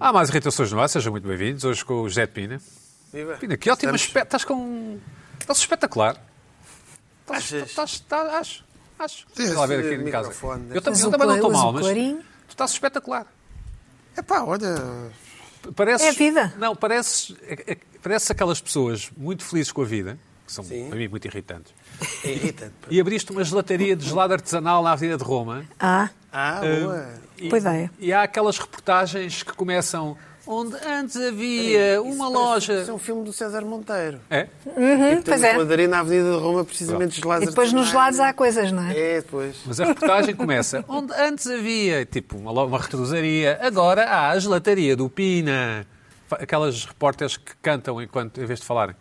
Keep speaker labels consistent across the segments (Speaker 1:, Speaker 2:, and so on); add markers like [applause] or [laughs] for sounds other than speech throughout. Speaker 1: Há mais irritações no ar, sejam muito bem-vindos. Hoje com o José de Pina.
Speaker 2: Viva.
Speaker 1: Pina, que ótimo
Speaker 2: Estamos-
Speaker 1: aspecto. Estás com. um, Estás espetacular. Estás-
Speaker 2: Achas?
Speaker 1: Estás. estás- Acho. Acho.
Speaker 2: Esse
Speaker 1: Vou lá ver aqui em casa.
Speaker 2: microfone, né?
Speaker 1: Eu também,
Speaker 3: Mas
Speaker 1: Então, eu também
Speaker 3: o
Speaker 1: não
Speaker 3: cla-
Speaker 1: estou
Speaker 3: mas
Speaker 1: mal,
Speaker 3: o
Speaker 1: mas.
Speaker 3: clarinho?
Speaker 1: Tu estás espetacular.
Speaker 2: Epá, olha.
Speaker 1: Pareces,
Speaker 3: É a vida.
Speaker 1: Não, pareces, é- é- pareces aquelas pessoas muito felizes com a vida, que são para mim muito irritantes,
Speaker 2: É irritante. pá.
Speaker 1: e abriste uma gelataria de gelado artesanal na Avenida de Roma.
Speaker 3: Ah,
Speaker 2: Ah, boa.
Speaker 1: E,
Speaker 3: Pois é.
Speaker 1: E há aquelas reportagens que começam onde antes havia
Speaker 2: Isso
Speaker 1: uma
Speaker 2: parece-
Speaker 1: loja.
Speaker 2: Isso é um filme do César Monteiro.
Speaker 1: É?
Speaker 2: Uhum,
Speaker 3: pois é.
Speaker 2: na Avenida de Roma, precisamente de gelados.
Speaker 3: e depois nos
Speaker 2: artesanais.
Speaker 3: lados há coisas, não é?
Speaker 2: É, depois.
Speaker 1: Mas a reportagem começa onde antes havia, tipo, uma, lo- uma retrosaria, agora há a gelataria do Pina. Fa- Aquelas repórteres que cantam enquanto, em vez de falarem.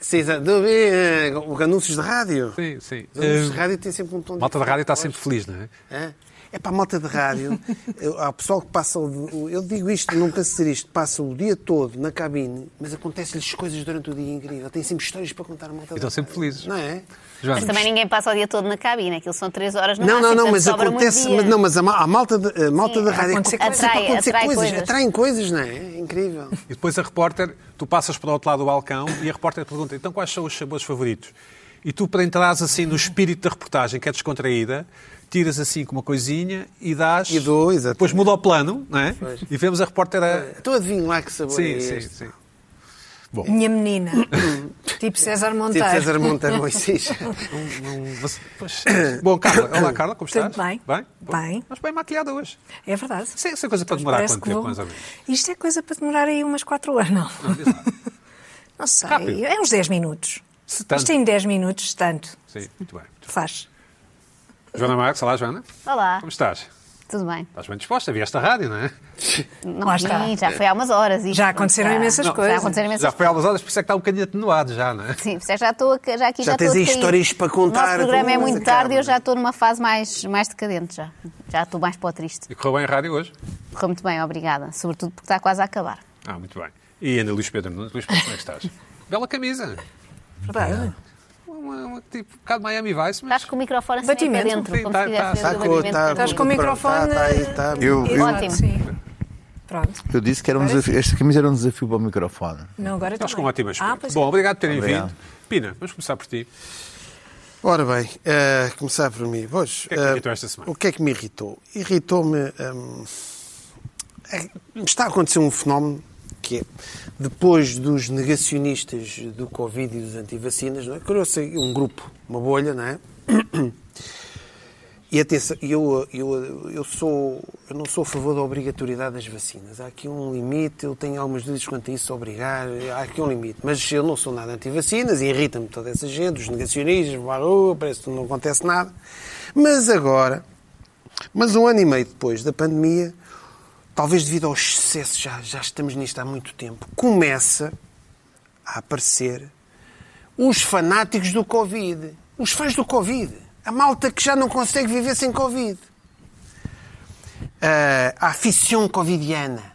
Speaker 2: Sim, exato. Do- eh, os anúncios de rádio.
Speaker 1: Sim, sim.
Speaker 2: Os anúncios
Speaker 1: Eh,
Speaker 2: de rádio têm sempre um tom de.
Speaker 1: malta da rádio está sempre feliz, não é?
Speaker 2: Hã? É para a malta de
Speaker 1: [laughs]
Speaker 2: rádio. eu- Há pessoal que passa. o- Eu digo isto, não canso de dizer isto. Passa o dia todo na cabine, mas acontece-lhes coisas durante o dia incrível. Tem sempre histórias para contar a
Speaker 1: E
Speaker 2: malta da
Speaker 1: estão sempre
Speaker 2: rádio.
Speaker 1: felizes.
Speaker 2: Não é?
Speaker 1: Joana,
Speaker 4: Mas também ninguém passa o dia todo na cabine, aquilo são três horas no
Speaker 2: Não, não,
Speaker 4: máximo,
Speaker 2: não,
Speaker 4: portanto,
Speaker 2: mas
Speaker 4: sobra muito
Speaker 2: acontece.
Speaker 4: dia.
Speaker 2: Mas, não, mas a, ma- a malta, de, a malta
Speaker 4: Sim,
Speaker 2: da rádio
Speaker 3: acontecer
Speaker 2: acontece sempre
Speaker 4: coisas.
Speaker 2: a acontecer
Speaker 4: Atrai- atrai
Speaker 2: coisas,
Speaker 4: coisas.
Speaker 2: atraem coisas, não é? É incrível.
Speaker 1: E depois a repórter, tu passas para o outro lado do balcão e a repórter te pergunta, então quais são os sabores favoritos? E tu, para entrares assim no espírito da reportagem, que é descontraída, tiras assim com uma coisinha e dás...
Speaker 2: E dou, exatamente.
Speaker 1: Depois muda o plano, não é?
Speaker 2: Pois.
Speaker 1: E vemos a repórter a...
Speaker 2: Estou a adivinhar lá que sabor é
Speaker 1: Sim, sim,
Speaker 2: este.
Speaker 1: sim.
Speaker 2: [laughs]
Speaker 3: Minha menina. tipo César
Speaker 2: É. Tipo
Speaker 3: Monteiro.
Speaker 2: César
Speaker 4: [laughs]
Speaker 2: Monteiro Moisés.
Speaker 1: Não- você- [coughs] pois, Bom, [coughs] Carla, olá Carla, como estás?
Speaker 3: Tudo bem.
Speaker 1: Bem? Bom,
Speaker 3: Bem.
Speaker 1: Mas bem maquilhada hoje.
Speaker 3: É verdade.
Speaker 1: Isso é, isso é coisa para
Speaker 3: Mas
Speaker 1: demorar
Speaker 3: parece
Speaker 1: quanto
Speaker 3: que
Speaker 1: tempo,
Speaker 3: vou-
Speaker 1: mais ou menos?
Speaker 3: Isto é coisa para demorar aí umas 4 horas, não. Não sei.
Speaker 1: Rápido.
Speaker 3: É uns 10 minutos.
Speaker 1: Se tanto.
Speaker 3: Isto em 10 minutos, tanto.
Speaker 1: Sim, muito bem. muito
Speaker 3: Faz.
Speaker 1: bem. Joana Marques, olá Joana.
Speaker 4: Olá,
Speaker 1: Como estás?
Speaker 4: tudo bem?
Speaker 1: Estás bem disposta? Vieste à rádio, não é?
Speaker 4: Não
Speaker 3: Lá
Speaker 4: vi,
Speaker 3: está.
Speaker 4: já foi há umas horas. isto.
Speaker 3: Já aconteceram
Speaker 4: Já-
Speaker 3: imensas coisas.
Speaker 4: Já aconteceram imensas
Speaker 1: Já foi há umas horas, por isso é que está um bocadinho atenuado já, não é?
Speaker 4: Sim, já já estou a- já aqui
Speaker 2: Já
Speaker 4: já
Speaker 2: tens
Speaker 4: estou a
Speaker 2: aí
Speaker 4: cair.
Speaker 2: histórias para
Speaker 4: O
Speaker 2: contar,
Speaker 4: nosso programa é
Speaker 2: alguma
Speaker 4: muito
Speaker 2: coisa acaba,
Speaker 4: tarde e eu
Speaker 2: não
Speaker 4: já estou numa fase mais, mais decadente já. Já estou mais para o triste.
Speaker 1: E correu bem a rádio hoje?
Speaker 4: Correu muito bem, obrigada. Sobretudo porque está quase a acabar.
Speaker 1: Ah, muito bem. E Ana Luís Pedro Nunes, Luís Pedro, como é que [laughs] estás? Bela camisa.
Speaker 3: Verdade.
Speaker 1: É. Uma, uma, tipo, um bocado Miami Vice, mas...
Speaker 4: Estás com o microfone assim para
Speaker 3: Batimento.
Speaker 4: dentro,
Speaker 1: Sim,
Speaker 4: como
Speaker 1: tá-
Speaker 4: se tivesse
Speaker 1: tá-
Speaker 2: Está
Speaker 4: feito
Speaker 2: com,
Speaker 4: o
Speaker 2: está,
Speaker 4: batimento.
Speaker 3: Estás com o microfone, eh,
Speaker 2: Está, tá aí, está.
Speaker 5: Eu, eu-
Speaker 4: Ótimo.
Speaker 3: Sim. Pronto.
Speaker 5: eu disse que era um desafio, esta camisa era um desafio para o microfone.
Speaker 3: Não, agora
Speaker 1: Estás com
Speaker 3: também.
Speaker 1: um ótimo
Speaker 3: Ah,
Speaker 1: aspecto.
Speaker 3: pois é.
Speaker 1: Bom, obrigado por terem
Speaker 5: Obrigado.
Speaker 1: vindo. Pina, vamos começar por ti.
Speaker 2: Ora bem, eh, começar por mim.
Speaker 1: O
Speaker 2: Pois,
Speaker 1: que é que me irritou esta semana?
Speaker 2: O que é que me irritou? Irritou-me. hum, é- está a acontecer um fenómeno que é, depois dos negacionistas do Covid e dos antivacinas, não é? criou-se um grupo, uma bolha, não é? E atenção, eu, eu, eu, sou, eu não sou a favor da obrigatoriedade das vacinas. Há aqui um limite, eu tenho algumas dúvidas quanto a isso, obrigar, há aqui um limite. Mas eu não sou nada anti-vacinas e irrita-me toda essa gente, os negacionistas, vão à rua, parece que não acontece nada. Mas agora, mas um ano e meio depois da pandemia, talvez devido ao excesso, já, já estamos nisto há muito tempo, começa a aparecer os fanáticos do Covid, os fãs do Covid, a malta que já não consegue viver sem Covid, Ah, a aficião covidiana.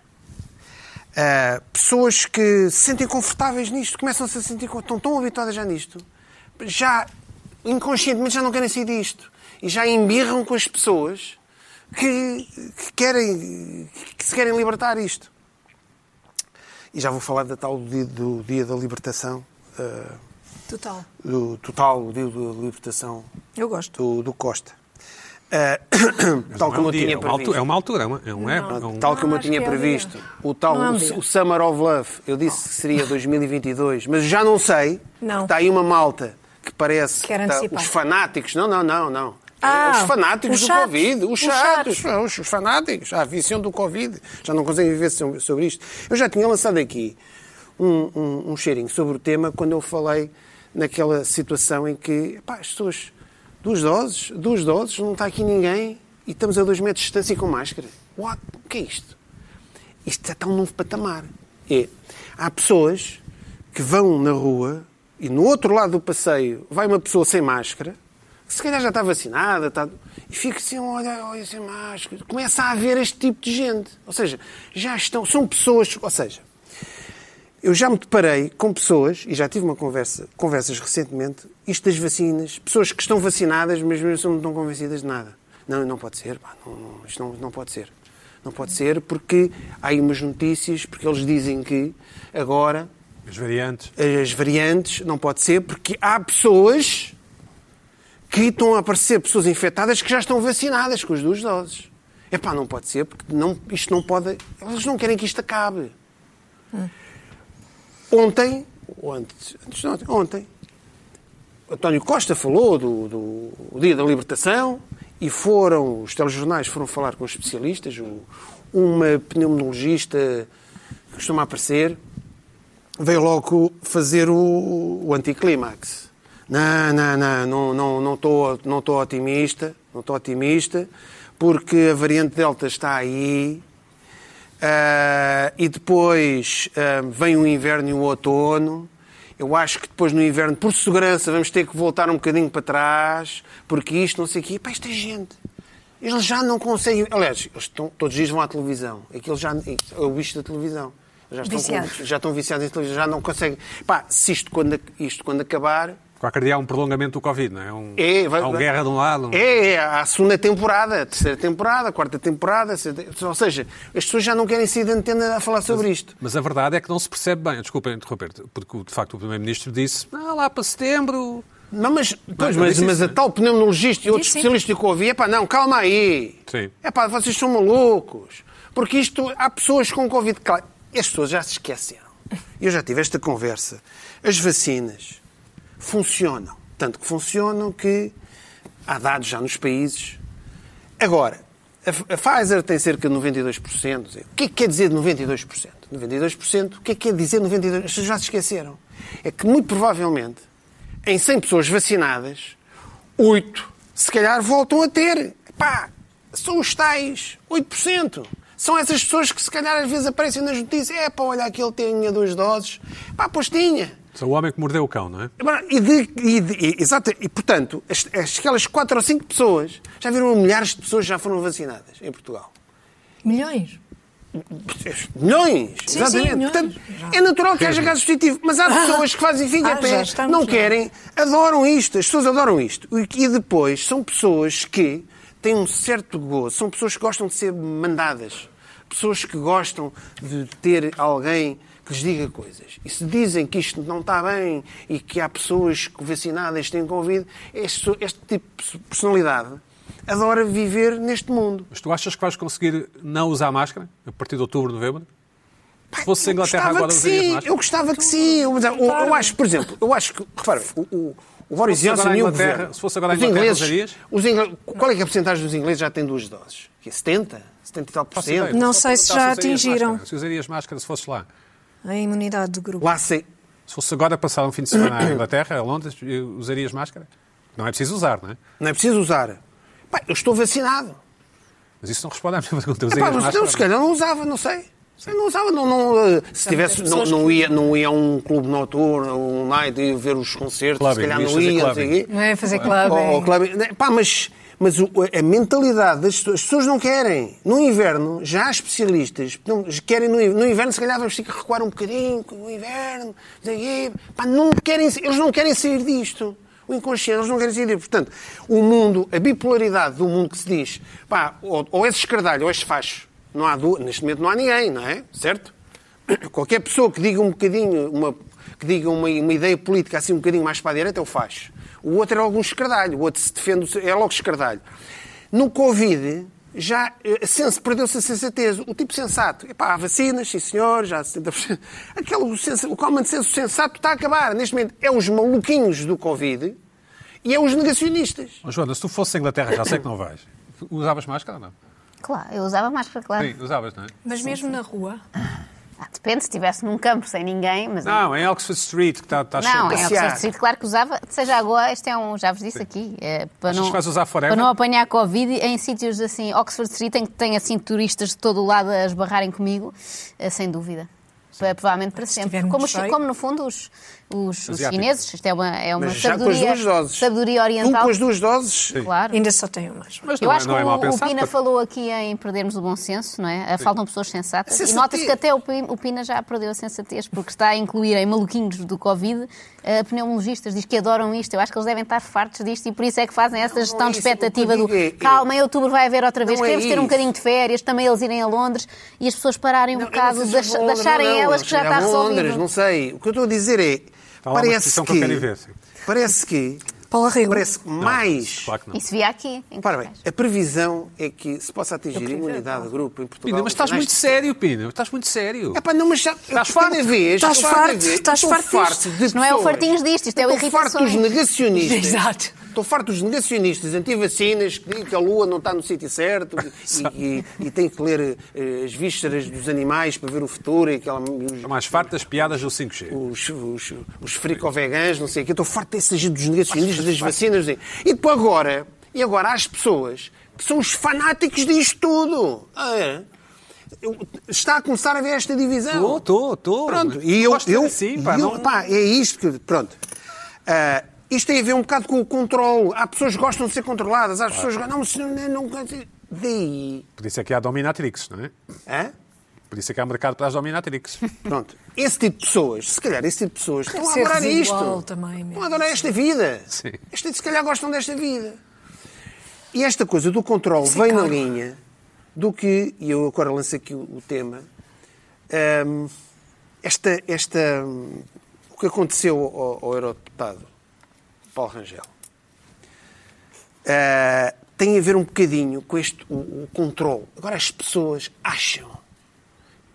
Speaker 2: Ah, pessoas que se sentem confortáveis nisto, começam-se a sentir, co- estão tão habituadas já nisto, já inconscientemente já não querem sair disto e já embirram com as pessoas que, que querem, que se querem libertar isto. E já vou falar da tal do dia, do dia da libertação, ah,
Speaker 3: Total.
Speaker 2: do total, o dia da libertação
Speaker 3: Eu gosto.
Speaker 2: do, do Costa. Ah,
Speaker 1: Não
Speaker 2: tal
Speaker 1: é um
Speaker 2: como eu
Speaker 1: dia,
Speaker 2: tinha
Speaker 1: é uma altura, é
Speaker 2: previsto.
Speaker 1: uma altura, é uma, é uma época. é um-
Speaker 2: Tal como
Speaker 3: Não,
Speaker 2: eu
Speaker 3: acho
Speaker 2: tinha
Speaker 3: que é um
Speaker 2: previsto.
Speaker 3: dia.
Speaker 2: O tal
Speaker 3: Não é um
Speaker 2: o-
Speaker 3: dia.
Speaker 2: o Summer of Love, eu disse que seria 2022, mas já não sei.
Speaker 3: Não.
Speaker 2: Está aí uma malta que parece
Speaker 3: Quer
Speaker 2: que está-
Speaker 3: antecipar.
Speaker 2: os fanáticos. Não, não, não, não.
Speaker 3: Ah,
Speaker 2: É, os fanáticos
Speaker 3: os
Speaker 2: do
Speaker 3: chatos.
Speaker 2: Covid, os
Speaker 3: Os
Speaker 2: chatos,
Speaker 3: chatos.
Speaker 2: os, os fanáticos, a aficião do Covid, já não conseguem viver so- sobre isto. Eu já tinha lançado aqui um, um- um cheirinho sobre o tema quando eu falei naquela situação em que pá, as pessoas, duas doses, duas doses, não está aqui ninguém e estamos a dois metros de distância e com máscara. What? O que é isto? Isto já está um novo patamar. É, há pessoas que vão na rua e no outro lado do passeio vai uma pessoa sem máscara, que se calhar já está vacinada, está- e fica assim, olha, olha, sem máscara. Começa a haver este tipo de gente. Ou seja, já estão, são pessoas, ou seja, eu já me deparei com pessoas, e já tive uma conversa, conversas recentemente, isto das vacinas, pessoas que estão vacinadas, mas mesmo assim não estão convencidas de nada. Não, não pode ser, pá, não, não, isto não, não pode ser. Não pode ser, porque há aí umas notícias, porque eles dizem que agora
Speaker 1: As variantes.
Speaker 2: as variantes, não pode ser, porque há pessoas que estão a aparecer pessoas infectadas que já estão vacinadas com as duas doses. Epá, não pode ser, porque não, isto não pode. Eles não querem que isto acabe. Ontem, ou antes, antes de ontem, ontem, António Costa falou do, do Dia da Libertação e foram, os telejornais foram falar com especialistas, o- uma pneumologista que costuma aparecer, veio logo fazer o, o anticlímax. Não, não, não, não, não, não estou, não estou otimista, não estou otimista, porque a variante Delta está aí ah, e depois ah, vem o inverno e o outono. Eu acho que depois no inverno, por segurança, vamos ter que voltar um bocadinho para trás, porque isto, não sei o quê. Pá, isto é gente. Eles já não conseguem. Aliás, eles estão, todos os dias vão à televisão. Aquilo já é o bicho da televisão. Já estão, com,
Speaker 3: Viciados.
Speaker 2: já estão viciados em televisão, já não conseguem. Pá, se isto quando, isto quando acabar.
Speaker 1: Qualquer dia há um prolongamento do Covid, não é? Um,
Speaker 2: É, vai-
Speaker 1: há uma guerra de um lado. um-
Speaker 2: É, é, há a segunda temporada, a terceira temporada, a quarta temporada. a sexta- Ou seja, as pessoas já não querem sair da antena a falar sobre isto.
Speaker 1: Mas a verdade é que não se percebe bem. Desculpa interromper-te, porque de facto o Primeiro-Ministro disse "Ah, lá para setembro.
Speaker 2: Não, mas, pois,
Speaker 1: eu
Speaker 2: mas,
Speaker 1: disse
Speaker 2: mas
Speaker 1: isso,
Speaker 2: a
Speaker 1: né?
Speaker 2: tal pneumologista e outro
Speaker 3: sim.
Speaker 2: especialista que eu ouvi, epá, não, calma aí.
Speaker 1: Sim.
Speaker 2: Epá, vocês são malucos. Porque isto, há pessoas com Covid. Claro, as pessoas já se esqueceram. Eu já tive esta conversa. As vacinas funcionam. Tanto que funcionam que há dados já nos países. Agora, a F- a Pfizer tem cerca de 92%. O que é que quer dizer 92%? 92%, o que é que quer dizer 92%? As pessoas já se esqueceram. É que, muito provavelmente, em 100 pessoas vacinadas, 8 se calhar voltam a ter. Pá, são os tais 8%. São essas pessoas que se calhar às vezes aparecem nas notícias. É, pá, olha, aquele tinha duas doses. Pá, pois tinha.
Speaker 1: É o homem que mordeu o cão, não é?
Speaker 2: Agora, E, de, e, de- e- exato, e portanto, as- as- aquelas 4 ou 5 pessoas, já viram milhares de pessoas que já foram vacinadas em Portugal.
Speaker 3: Milhões.
Speaker 2: Milhões!
Speaker 3: Sim,
Speaker 2: exatamente.
Speaker 3: sim, milhões.
Speaker 2: Portanto,
Speaker 3: Já.
Speaker 2: é natural que haja caso substitutivo. Mas
Speaker 3: [laughs]
Speaker 2: há pessoas que fazem fim a
Speaker 3: Ah,
Speaker 2: pé,
Speaker 3: já estamos,
Speaker 2: não
Speaker 3: já.
Speaker 2: querem, adoram isto, as pessoas adoram isto. E e depois são pessoas que têm um certo gozo, são pessoas que gostam de ser mandadas, pessoas que gostam de ter alguém que lhes diga coisas. E se dizem que isto não está bem e que há pessoas que vacinadas têm Covid, este, este tipo de personalidade adora viver neste mundo.
Speaker 1: Mas tu achas que vais conseguir não usar máscara a partir de outubro, novembro? Se fosse a
Speaker 2: Eu
Speaker 1: Inglaterra
Speaker 2: gostava
Speaker 1: agora
Speaker 2: que
Speaker 1: usarias
Speaker 2: sim,
Speaker 1: máscara?
Speaker 2: eu gostava que sim. Eu,
Speaker 3: Então,
Speaker 2: eu- eu acho, por exemplo, eu acho que, repara, o, o, o Boris
Speaker 1: Se fosse
Speaker 2: Johnson
Speaker 1: agora
Speaker 2: e
Speaker 1: a
Speaker 2: o
Speaker 1: Inglaterra-
Speaker 2: governo,
Speaker 1: se fosse agora a
Speaker 2: os
Speaker 1: Inglaterra,
Speaker 2: ingleses,
Speaker 1: usarias?
Speaker 2: os ingleses, qual é que é a porcentagem dos ingleses já tem duas doses? Que é 70? 70 e tal por
Speaker 1: Faço ideia.
Speaker 2: cento?
Speaker 3: Não
Speaker 1: Só
Speaker 3: sei se
Speaker 1: perguntar
Speaker 3: já
Speaker 1: usarias
Speaker 3: atingiram.
Speaker 1: máscara, Se usarias máscara se fosses lá.
Speaker 3: A imunidade do grupo.
Speaker 2: Lá sei.
Speaker 1: Se fosse agora passar um fim de semana à Inglaterra, a Londres, eh, usarias máscara? Não é preciso usar, não é?
Speaker 2: Não é preciso usar. Pá, eu estou vacinado.
Speaker 1: Mas isso não responde à minha pergunta.
Speaker 2: Epá,
Speaker 1: Usarias
Speaker 2: mas
Speaker 1: máscara?
Speaker 2: não, se calhar não usava, não sei. Eu não usava, não, não, eh, se tivesse, não, não, ia, não ia a um clube noturno, um night, ia ver os concertos,
Speaker 1: Clubbing,
Speaker 2: se calhar
Speaker 1: ias
Speaker 2: não
Speaker 1: fazer
Speaker 2: ia, não sei o
Speaker 1: clubbing.
Speaker 2: quê.
Speaker 3: Não é fazer club.
Speaker 2: Oh, oh, Cláudio, né, pá, mas, mas o- a mentalidade das pessoas, as pessoas não querem. No inverno, já há especialistas, não, querem no, in- no inverno, se calhar vamos ter que recuar um bocadinho, no inverno, não sei o quê. Pá, não querem, sa- eles não querem sair disto. O inconsciente, eles não querem sair disto. Portanto, o mundo, a bipolaridade do mundo que se diz, pá, ou, ou és escardalho ou és facho. Não há du- neste momento não há ninguém, não é? Certo? [coughs] Qualquer pessoa que diga um bocadinho, uma, que diga uma, uma ideia política assim um bocadinho mais para a direita, eu faço. O outro é logo um escardalho, o outro se defende, é logo escardalho. No Covid, já eh, a senso- perdeu-se a sensatez. O tipo sensato, epá, há vacinas, sim senhor, já há 70%. [laughs] Aquele, o, senso, o common sense o sensato está a acabar. Neste momento, é os maluquinhos do Covid e é os negacionistas.
Speaker 1: Ó, Joana, se tu fosses à Inglaterra, já sei que não vais. Usavas máscara ou não?
Speaker 4: Claro, eu usava máscara,
Speaker 3: Ah.
Speaker 4: claro.
Speaker 1: Sim, usavas, não é?
Speaker 3: Mas mesmo na rua.
Speaker 4: Ah, depende, se estivesse num campo sem ninguém, mas.
Speaker 1: Não, em Oxford Street, que está está
Speaker 4: Não,
Speaker 1: cheio de-
Speaker 4: é o
Speaker 2: passear.
Speaker 4: que Street, claro que usava, seja agora, este é um, já vos disse aqui, é, para,
Speaker 1: Achas
Speaker 4: não,
Speaker 1: que vais usar forever?
Speaker 4: para não apanhar Covid em sítios assim, Oxford Street, em que tem assim turistas de todo o lado a esbarrarem comigo, eh, sem dúvida. Para- provavelmente para sempre.
Speaker 3: tiver
Speaker 4: Como,
Speaker 3: muito
Speaker 4: os-
Speaker 3: cheio.
Speaker 4: como, no fundo os, os, os
Speaker 1: Asiático.
Speaker 4: chineses, isto é uma, é uma
Speaker 2: Mas já com as
Speaker 4: sabedoria,
Speaker 2: duas doses.
Speaker 4: sabedoria
Speaker 2: Tu
Speaker 4: oriental.
Speaker 2: com as duas doses.
Speaker 4: Claro.
Speaker 3: Ainda só tenho mais.
Speaker 1: Mas
Speaker 4: Eu
Speaker 1: não é-
Speaker 4: acho
Speaker 1: não
Speaker 4: que
Speaker 1: é
Speaker 4: o,
Speaker 1: mal
Speaker 4: o
Speaker 1: pensado,
Speaker 4: Pina
Speaker 1: porque-
Speaker 4: falou aqui em perdermos o bom senso, não é? Faltam pessoas sensatas.
Speaker 2: A
Speaker 4: E nota-se
Speaker 2: sensatez.
Speaker 4: que até o, Pi- o Pina já perdeu a sensatez, porque está a incluir em maluquinhos do Covid eh, pneumologistas, diz que adoram isto. Eu acho que eles devem estar fartos disto e por isso é que fazem essa
Speaker 2: não
Speaker 4: gestão
Speaker 2: é
Speaker 4: de
Speaker 2: isso. O que eu
Speaker 4: expectativa do
Speaker 2: digo é- é-
Speaker 4: calma, em outubro vai haver outra vez,
Speaker 2: Não é
Speaker 4: queremos ter um
Speaker 2: isso.
Speaker 4: bocadinho de férias, também eles irem a Londres e as pessoas pararem um
Speaker 2: Não, eu não
Speaker 4: bocado,
Speaker 2: sei se
Speaker 4: de ach-
Speaker 2: vou a
Speaker 4: de
Speaker 2: Londres,
Speaker 4: acharem
Speaker 2: não,
Speaker 4: elas que já
Speaker 2: se
Speaker 4: está
Speaker 2: a Londres,
Speaker 4: resolvido.
Speaker 2: Não sei. O que eu estou a dizer é.
Speaker 1: tá lá uma
Speaker 2: parece
Speaker 1: exposição
Speaker 2: que.
Speaker 1: que eu quero ir ver, sim.
Speaker 2: Parece que.
Speaker 3: Paula Rego.
Speaker 2: Parece que mais.
Speaker 1: Claro que não.
Speaker 4: Isso via aqui. em
Speaker 2: Para bem,
Speaker 4: Cascais.
Speaker 2: a previsão é que se possa atingir a imunidade de grupo em Portugal.
Speaker 1: Pina, mas estás
Speaker 2: Mas-
Speaker 1: muito sério, Pina. Estás muito sério.
Speaker 2: É pá, não, mas já-
Speaker 1: Estás
Speaker 2: cada
Speaker 1: farto?
Speaker 2: vez-
Speaker 3: Estás
Speaker 2: cada
Speaker 3: farto?
Speaker 2: vez-
Speaker 3: Estás
Speaker 2: estou
Speaker 3: farto disto?
Speaker 2: farto de
Speaker 4: Não é o
Speaker 2: pessoas.
Speaker 4: fartinhos disto, isto é o
Speaker 2: Estou farto dos
Speaker 4: irritações.
Speaker 2: negacionistas.
Speaker 3: Exato.
Speaker 2: Estou farto dos negacionistas anti-vacinas que dizem que a lua não está no sítio certo
Speaker 4: [laughs]
Speaker 2: e, e, e tem que ler eh, as vísceras dos animais para ver o futuro e aquela. e os-
Speaker 1: Estou É mais farto das piadas do 5G.
Speaker 2: os, os, os fricovegãs, não sei o quê. Eu Estou farto desses dos negacionistas das vacinas. não sei. E depois agora, e agora há as pessoas que são os fanáticos disto tudo. Ah, eu- Está a começar a ver esta divisão.
Speaker 1: é? Tô, tô, tô.
Speaker 2: Pronto, e eu...
Speaker 1: Gosto de ser
Speaker 2: eu,
Speaker 1: assim,
Speaker 2: e
Speaker 1: pá,
Speaker 2: eu-
Speaker 1: não-
Speaker 2: pá, é isto que... Pronto. Ah, isto tem a ver um bocado com o controle. Há pessoas que gostam de ser controladas, há pessoas que... Não, se não, não... Daí...
Speaker 1: Por isso é que há dominatrix, não é?
Speaker 2: Hã?
Speaker 1: Por isso é que há mercado para as
Speaker 2: [laughs]
Speaker 1: dominatrix.
Speaker 2: Pronto. Esse tipo de pessoas, se calhar esse tipo de pessoas, estão a
Speaker 3: ser
Speaker 2: adorar
Speaker 3: residual
Speaker 2: isto.
Speaker 3: também, meu
Speaker 2: estão a adorar esta vida.
Speaker 1: Sim.
Speaker 2: Este, tipo, se calhar gostam desta vida. E esta coisa do controle vem na linha do que, e eu agora lanço aqui o, o tema, hum, esta, esta, hum, o que aconteceu ao, ao eurodeputado Paulo Rangel. Ah, tem a ver um bocadinho com este, o, o controle. Agora as pessoas acham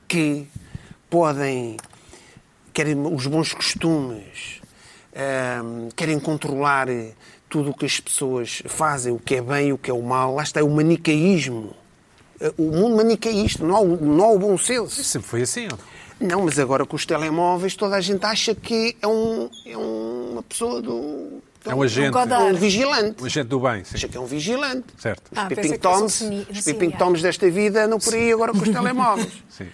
Speaker 2: que podem querem os bons costumes, ahm, querem controlar eh, tudo o que as pessoas fazem, o que é bem e o que é o mal. Lá está o manicaísmo. Eh, O mundo manicaísta, não há, o- não há o bom senso.
Speaker 1: Isso sempre foi assim. ó.
Speaker 2: Não, mas agora com os telemóveis toda a gente acha que é, um, é um- uma pessoa do...
Speaker 1: É um agente.
Speaker 2: É um vigilante.
Speaker 1: Um agente do bem, sim.
Speaker 2: Acha que é um vigilante.
Speaker 1: Certo.
Speaker 2: Os
Speaker 3: Ah, pensei
Speaker 2: peeping
Speaker 3: que fosse um
Speaker 2: toms,
Speaker 3: sini-
Speaker 2: os
Speaker 3: sim,
Speaker 2: peeping
Speaker 3: é.
Speaker 2: toms desta vida andam por aí agora com
Speaker 3: [laughs]
Speaker 2: os telemóveis.
Speaker 1: Sim.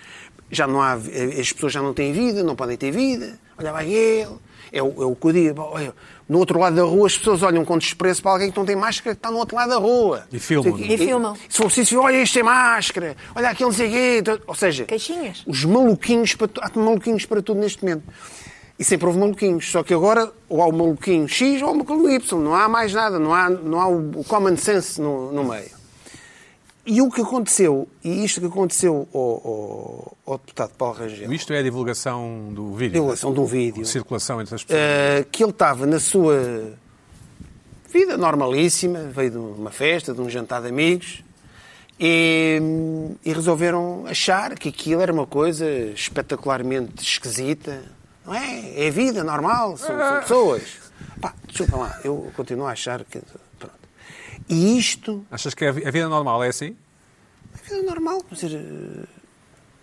Speaker 2: Já não há, vi- as pessoas já não têm vida, não podem ter vida. Olha, vai ele. É o, é o que eu digo. Olha, no outro lado da rua, as pessoas olham com desprezo para alguém que não tem máscara que está no outro lado da rua.
Speaker 1: E filmam,
Speaker 2: Não sei o
Speaker 1: não
Speaker 2: quê.
Speaker 3: é? E filmam.
Speaker 2: Se for preciso, olha, isto é máscara. Olha, aquele não sei o quê. então, Ou seja,
Speaker 3: Queixinhas.
Speaker 2: os maluquinhos para tu- há maluquinhos para tudo neste momento. E sempre houve maluquinhos, só que agora ou há o maluquinho X ou há o maluquinho Y, não há mais nada, não há, não há o o common sense no, no meio. E o que aconteceu, e isto que aconteceu ao, ao- ao deputado Paulo Rangel,
Speaker 1: Isto é a divulgação do vídeo.
Speaker 2: Divulgação de um vídeo.
Speaker 1: Circulação entre as pessoas.
Speaker 2: eh, que ele estava na sua vida normalíssima, veio de uma festa, de um jantar de amigos, e, e resolveram achar que aquilo era uma coisa espetacularmente esquisita. Não é? É vida normal, são, são pessoas. Pá, desculpa lá, eu continuo a achar que. Pronto. E isto
Speaker 1: Achas que a vi- a vida normal é assim?
Speaker 2: é vida normal, quer dizer. eh,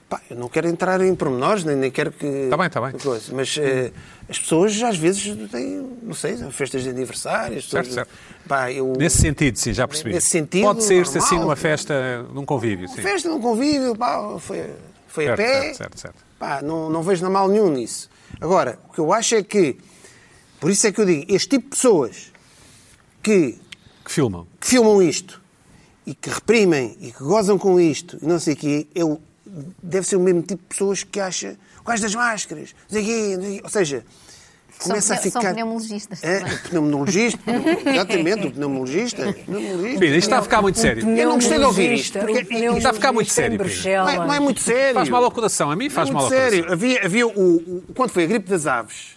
Speaker 2: pá, eu não quero entrar em pormenores, nem, nem quero que.
Speaker 1: Tá bem, tá bem.
Speaker 2: Coisa, mas eh, as pessoas às vezes têm, não sei, festas de aniversário. as pessoas-
Speaker 1: Certo, certo.
Speaker 2: Pá, eu,
Speaker 1: Nesse sentido, sim, já percebi.
Speaker 2: Nesse sentido,
Speaker 1: Pode ser-se
Speaker 2: normal.
Speaker 1: assim numa festa, num convívio,
Speaker 2: Uma
Speaker 1: sim.
Speaker 2: festa, num convívio, pá, foi, foi a
Speaker 1: Certo,
Speaker 2: pé.
Speaker 1: certo, certo, certo.
Speaker 2: Pá, não, não vejo nada mal nenhum nisso. Agora, o que eu acho é que, por isso é que eu digo, este tipo de pessoas que,
Speaker 1: Que filmam.
Speaker 2: que filmam isto e que reprimem e que gozam com isto e não sei o quê, eu, deve ser o mesmo tipo de pessoas que acha o gajo das máscaras, não sei o quê, não sei o quê. ou seja, começa a
Speaker 4: pneu- são
Speaker 2: ficar...
Speaker 4: pneumologistas
Speaker 2: É,
Speaker 4: também.
Speaker 2: pneumologista, exatamente, o
Speaker 4: [laughs]
Speaker 2: pneumologista. pneumologista.
Speaker 1: Pina, isto está a ficar muito sério.
Speaker 2: Eu não gostei de ouvir isto,
Speaker 3: Pneumologista,
Speaker 2: porque
Speaker 3: o
Speaker 2: isto
Speaker 1: está a ficar muito
Speaker 3: pneumologista
Speaker 1: sério, Pedro.
Speaker 2: Não
Speaker 3: em Bruxelas.
Speaker 2: é, não é muito sério.
Speaker 1: Faz mal ao coração. A mim faz
Speaker 2: Não, é
Speaker 1: mal ao
Speaker 2: muito sério.
Speaker 1: coração.
Speaker 2: Havia, havia o, o- Quando foi a gripe das aves?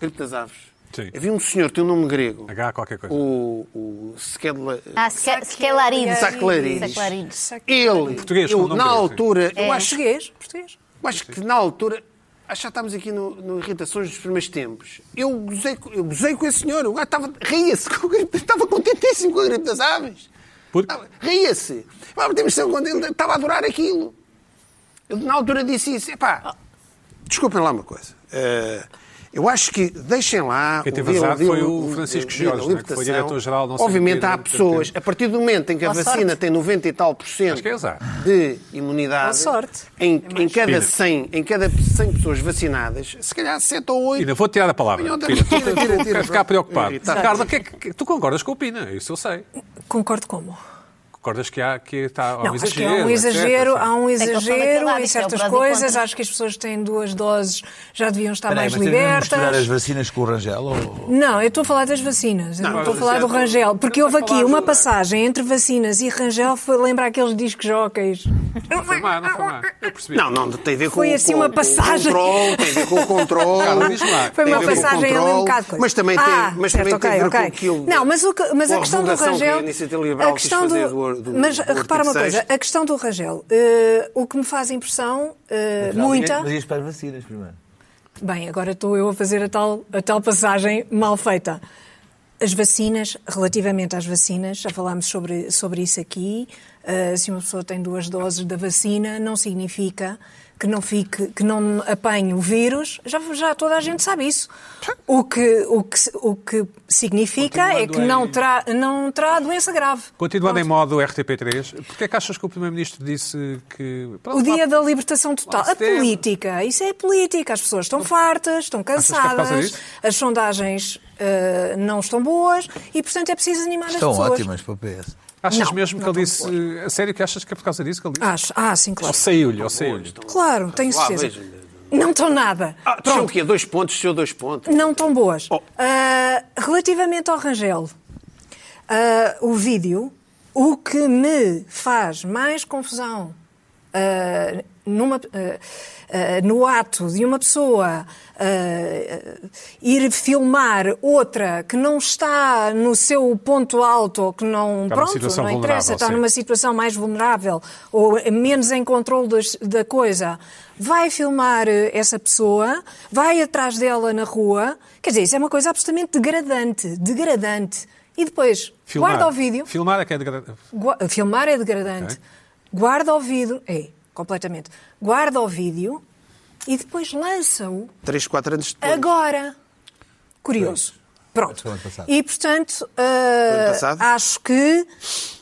Speaker 2: Gripe das aves.
Speaker 1: Sim.
Speaker 2: Havia um senhor que tem um nome grego.
Speaker 1: H qualquer coisa.
Speaker 2: O, o Skedla.
Speaker 4: Ah, Sca- Scalarides.
Speaker 2: Saclarides.
Speaker 4: Saclarides.
Speaker 2: Ele,
Speaker 1: Português, com
Speaker 2: eu,
Speaker 1: o nome
Speaker 2: na
Speaker 1: grego, sim.
Speaker 2: altura,
Speaker 4: É.
Speaker 2: eu acho,
Speaker 3: Português, é português.
Speaker 2: eu acho que na altura, acho que já estamos aqui no, no Irritações dos Primeiros Tempos. Eu gozei, com- eu gozei com esse senhor, o gajo estava, ria-se, com a gripe, estava contentíssimo com a gripe das aves.
Speaker 1: Porque-
Speaker 2: Estava- Ah, Ria-se. Pá, temos de ser contentes, estava a adorar aquilo.
Speaker 3: Ah.
Speaker 2: Eu, na altura disse isso, epá, desculpem lá uma coisa. Eh, Eu acho que deixem lá.
Speaker 1: Quem teve
Speaker 2: o dia-
Speaker 1: azar
Speaker 2: dia-
Speaker 1: foi o
Speaker 2: dia-
Speaker 1: Francisco
Speaker 2: dia da
Speaker 1: Jorge, né, que foi
Speaker 2: libertação.
Speaker 1: diretor-geral, não sei né,
Speaker 2: Obviamente
Speaker 1: porquê, não
Speaker 2: há
Speaker 1: sei
Speaker 2: pessoas,
Speaker 1: porquê.
Speaker 2: a partir do momento em que a
Speaker 3: Ou
Speaker 2: vacina
Speaker 3: sorte.
Speaker 2: tem 90 e tal por cento
Speaker 1: Acho que é azar.
Speaker 2: de imunidade,
Speaker 3: Ou sorte.
Speaker 2: Em,
Speaker 3: É
Speaker 2: em
Speaker 3: mais.
Speaker 2: cada
Speaker 1: Pina.
Speaker 2: 100, em cada 100 pessoas vacinadas, se calhar 7 ou 8
Speaker 1: Pina, vou tirar a palavra.
Speaker 2: Não,
Speaker 1: Pina,
Speaker 2: tira, tira, tira,
Speaker 1: quero ficar
Speaker 2: pronto.
Speaker 1: preocupado.
Speaker 2: Irritado.
Speaker 1: Ricardo, o que é que- tu concordas com o Pina? Isso eu sei.
Speaker 3: Concordo como?
Speaker 1: Concordas que, há, que está, há um
Speaker 3: Não, acho que
Speaker 1: exagero.
Speaker 3: há um
Speaker 1: etc.
Speaker 3: exagero, há um
Speaker 4: que eles estão
Speaker 3: exagero
Speaker 4: naquele lado,
Speaker 3: em
Speaker 4: isto é o
Speaker 3: certas
Speaker 4: prós e
Speaker 3: coisas.
Speaker 4: contras.
Speaker 3: Acho que as pessoas que têm duas doses já deviam estar
Speaker 5: Peraí,
Speaker 3: mais
Speaker 5: mas temos de misturar as
Speaker 3: libertas.
Speaker 5: vacinas com o Rangel? Ou...
Speaker 3: Não, eu estou a falar das vacinas, eu não, estou a falar do Rangel, porque houve aqui uma passagem entre vacinas e Rangel foi lembrar aqueles discos jóqueis.
Speaker 1: Foi má, não foi má. Eu percebi.
Speaker 2: Não, não, tem a ver com
Speaker 3: Foi assim
Speaker 2: com-
Speaker 3: uma
Speaker 2: com o
Speaker 3: passagem.
Speaker 2: controle, tem a ver com o
Speaker 1: Carla,
Speaker 2: controle.
Speaker 1: diz lá.
Speaker 3: Foi
Speaker 2: tem a
Speaker 3: uma
Speaker 2: ver com o
Speaker 3: passagem ali um
Speaker 2: controle,
Speaker 3: bocado coisa.
Speaker 2: Mas também tem,
Speaker 3: Ah,
Speaker 2: mas
Speaker 3: certo,
Speaker 2: também tem a ver
Speaker 3: ok,
Speaker 2: com
Speaker 3: ok.
Speaker 2: aquilo.
Speaker 3: Não, mas, o que- mas a
Speaker 2: com
Speaker 3: questão do
Speaker 2: revogação que a
Speaker 3: Rangel.
Speaker 2: Iniciativa Liberal
Speaker 3: a
Speaker 2: quis
Speaker 3: questão
Speaker 2: fazer
Speaker 3: do,
Speaker 2: do- do-
Speaker 3: mas
Speaker 2: do
Speaker 3: repara uma
Speaker 2: artigo
Speaker 3: coisa,
Speaker 2: sexto.
Speaker 3: a questão do Rangel, eh, o que me faz impressão, eh, muita.
Speaker 5: Mas ias para as vacinas primeiro.
Speaker 3: Bem, agora estou eu a fazer a tal, a tal passagem mal feita. As vacinas, relativamente às vacinas, já falámos sobre, sobre isso aqui. eh, se uma pessoa tem duas doses da vacina, não significa que não, fique, que não apanhe o vírus. Já, já toda a gente sabe isso. O que, o que, o que significa é que
Speaker 1: Continuando
Speaker 3: não
Speaker 1: em-
Speaker 3: terá, não terá doença grave.
Speaker 1: Continuando em
Speaker 3: Pronto.
Speaker 1: modo RTP3, porquê é que achas que o Primeiro-Ministro disse que... Pronto,
Speaker 3: O dia
Speaker 1: lá-
Speaker 3: da libertação total.
Speaker 1: lá se
Speaker 3: A
Speaker 1: teve.
Speaker 3: política, isso é política. As pessoas estão fartas, estão
Speaker 1: que é por causa
Speaker 3: cansadas,
Speaker 1: disso?
Speaker 3: as sondagens eh, não estão boas e, portanto, é preciso animar
Speaker 5: Estão
Speaker 3: as pessoas.
Speaker 5: ótimas para o PS.
Speaker 1: Achas
Speaker 3: Não,
Speaker 1: mesmo que
Speaker 3: não
Speaker 1: ele
Speaker 3: estou
Speaker 1: disse... A sério que achas que é por causa disso que ele disse?
Speaker 3: Acho. Ah, sim, claro.
Speaker 1: Ou saiu-lhe, ou saiu-lhe.
Speaker 3: eh, Claro, tenho
Speaker 2: Lá,
Speaker 3: certeza.
Speaker 2: veja.
Speaker 3: Não estão nada.
Speaker 2: Ah, desceu o quê? Dois pontos, desceu dois pontos.
Speaker 3: Não tão boas.
Speaker 2: Oh.
Speaker 3: Ah, relativamente ao Rangel, ah, o vídeo, o que me faz mais confusão ah, numa, ah, ah, no ato de uma pessoa ah, ah, ir filmar outra que não está no seu ponto alto ou que não.
Speaker 1: Está numa
Speaker 3: pronto,
Speaker 1: situação
Speaker 3: não
Speaker 1: vulnerável,
Speaker 3: interessa, está
Speaker 1: sim.
Speaker 3: numa situação mais vulnerável ou menos em controle das- da coisa, vai filmar eh, essa pessoa, vai atrás dela na rua. Quer dizer, isso é uma coisa absolutamente degradante, degradante. E depois, guarda o vídeo.
Speaker 1: Filmar é que é degradante.
Speaker 3: Gua- Filmar é degradante.
Speaker 1: Ok.
Speaker 3: Guarda o vídeo. É, completamente. Guarda o vídeo e depois lança-o
Speaker 2: Três, quatro anos depois.
Speaker 3: agora. Curioso. Pronto.
Speaker 5: Foi ano passado.
Speaker 3: E, portanto, eh,
Speaker 2: Foi ano passado?
Speaker 3: acho que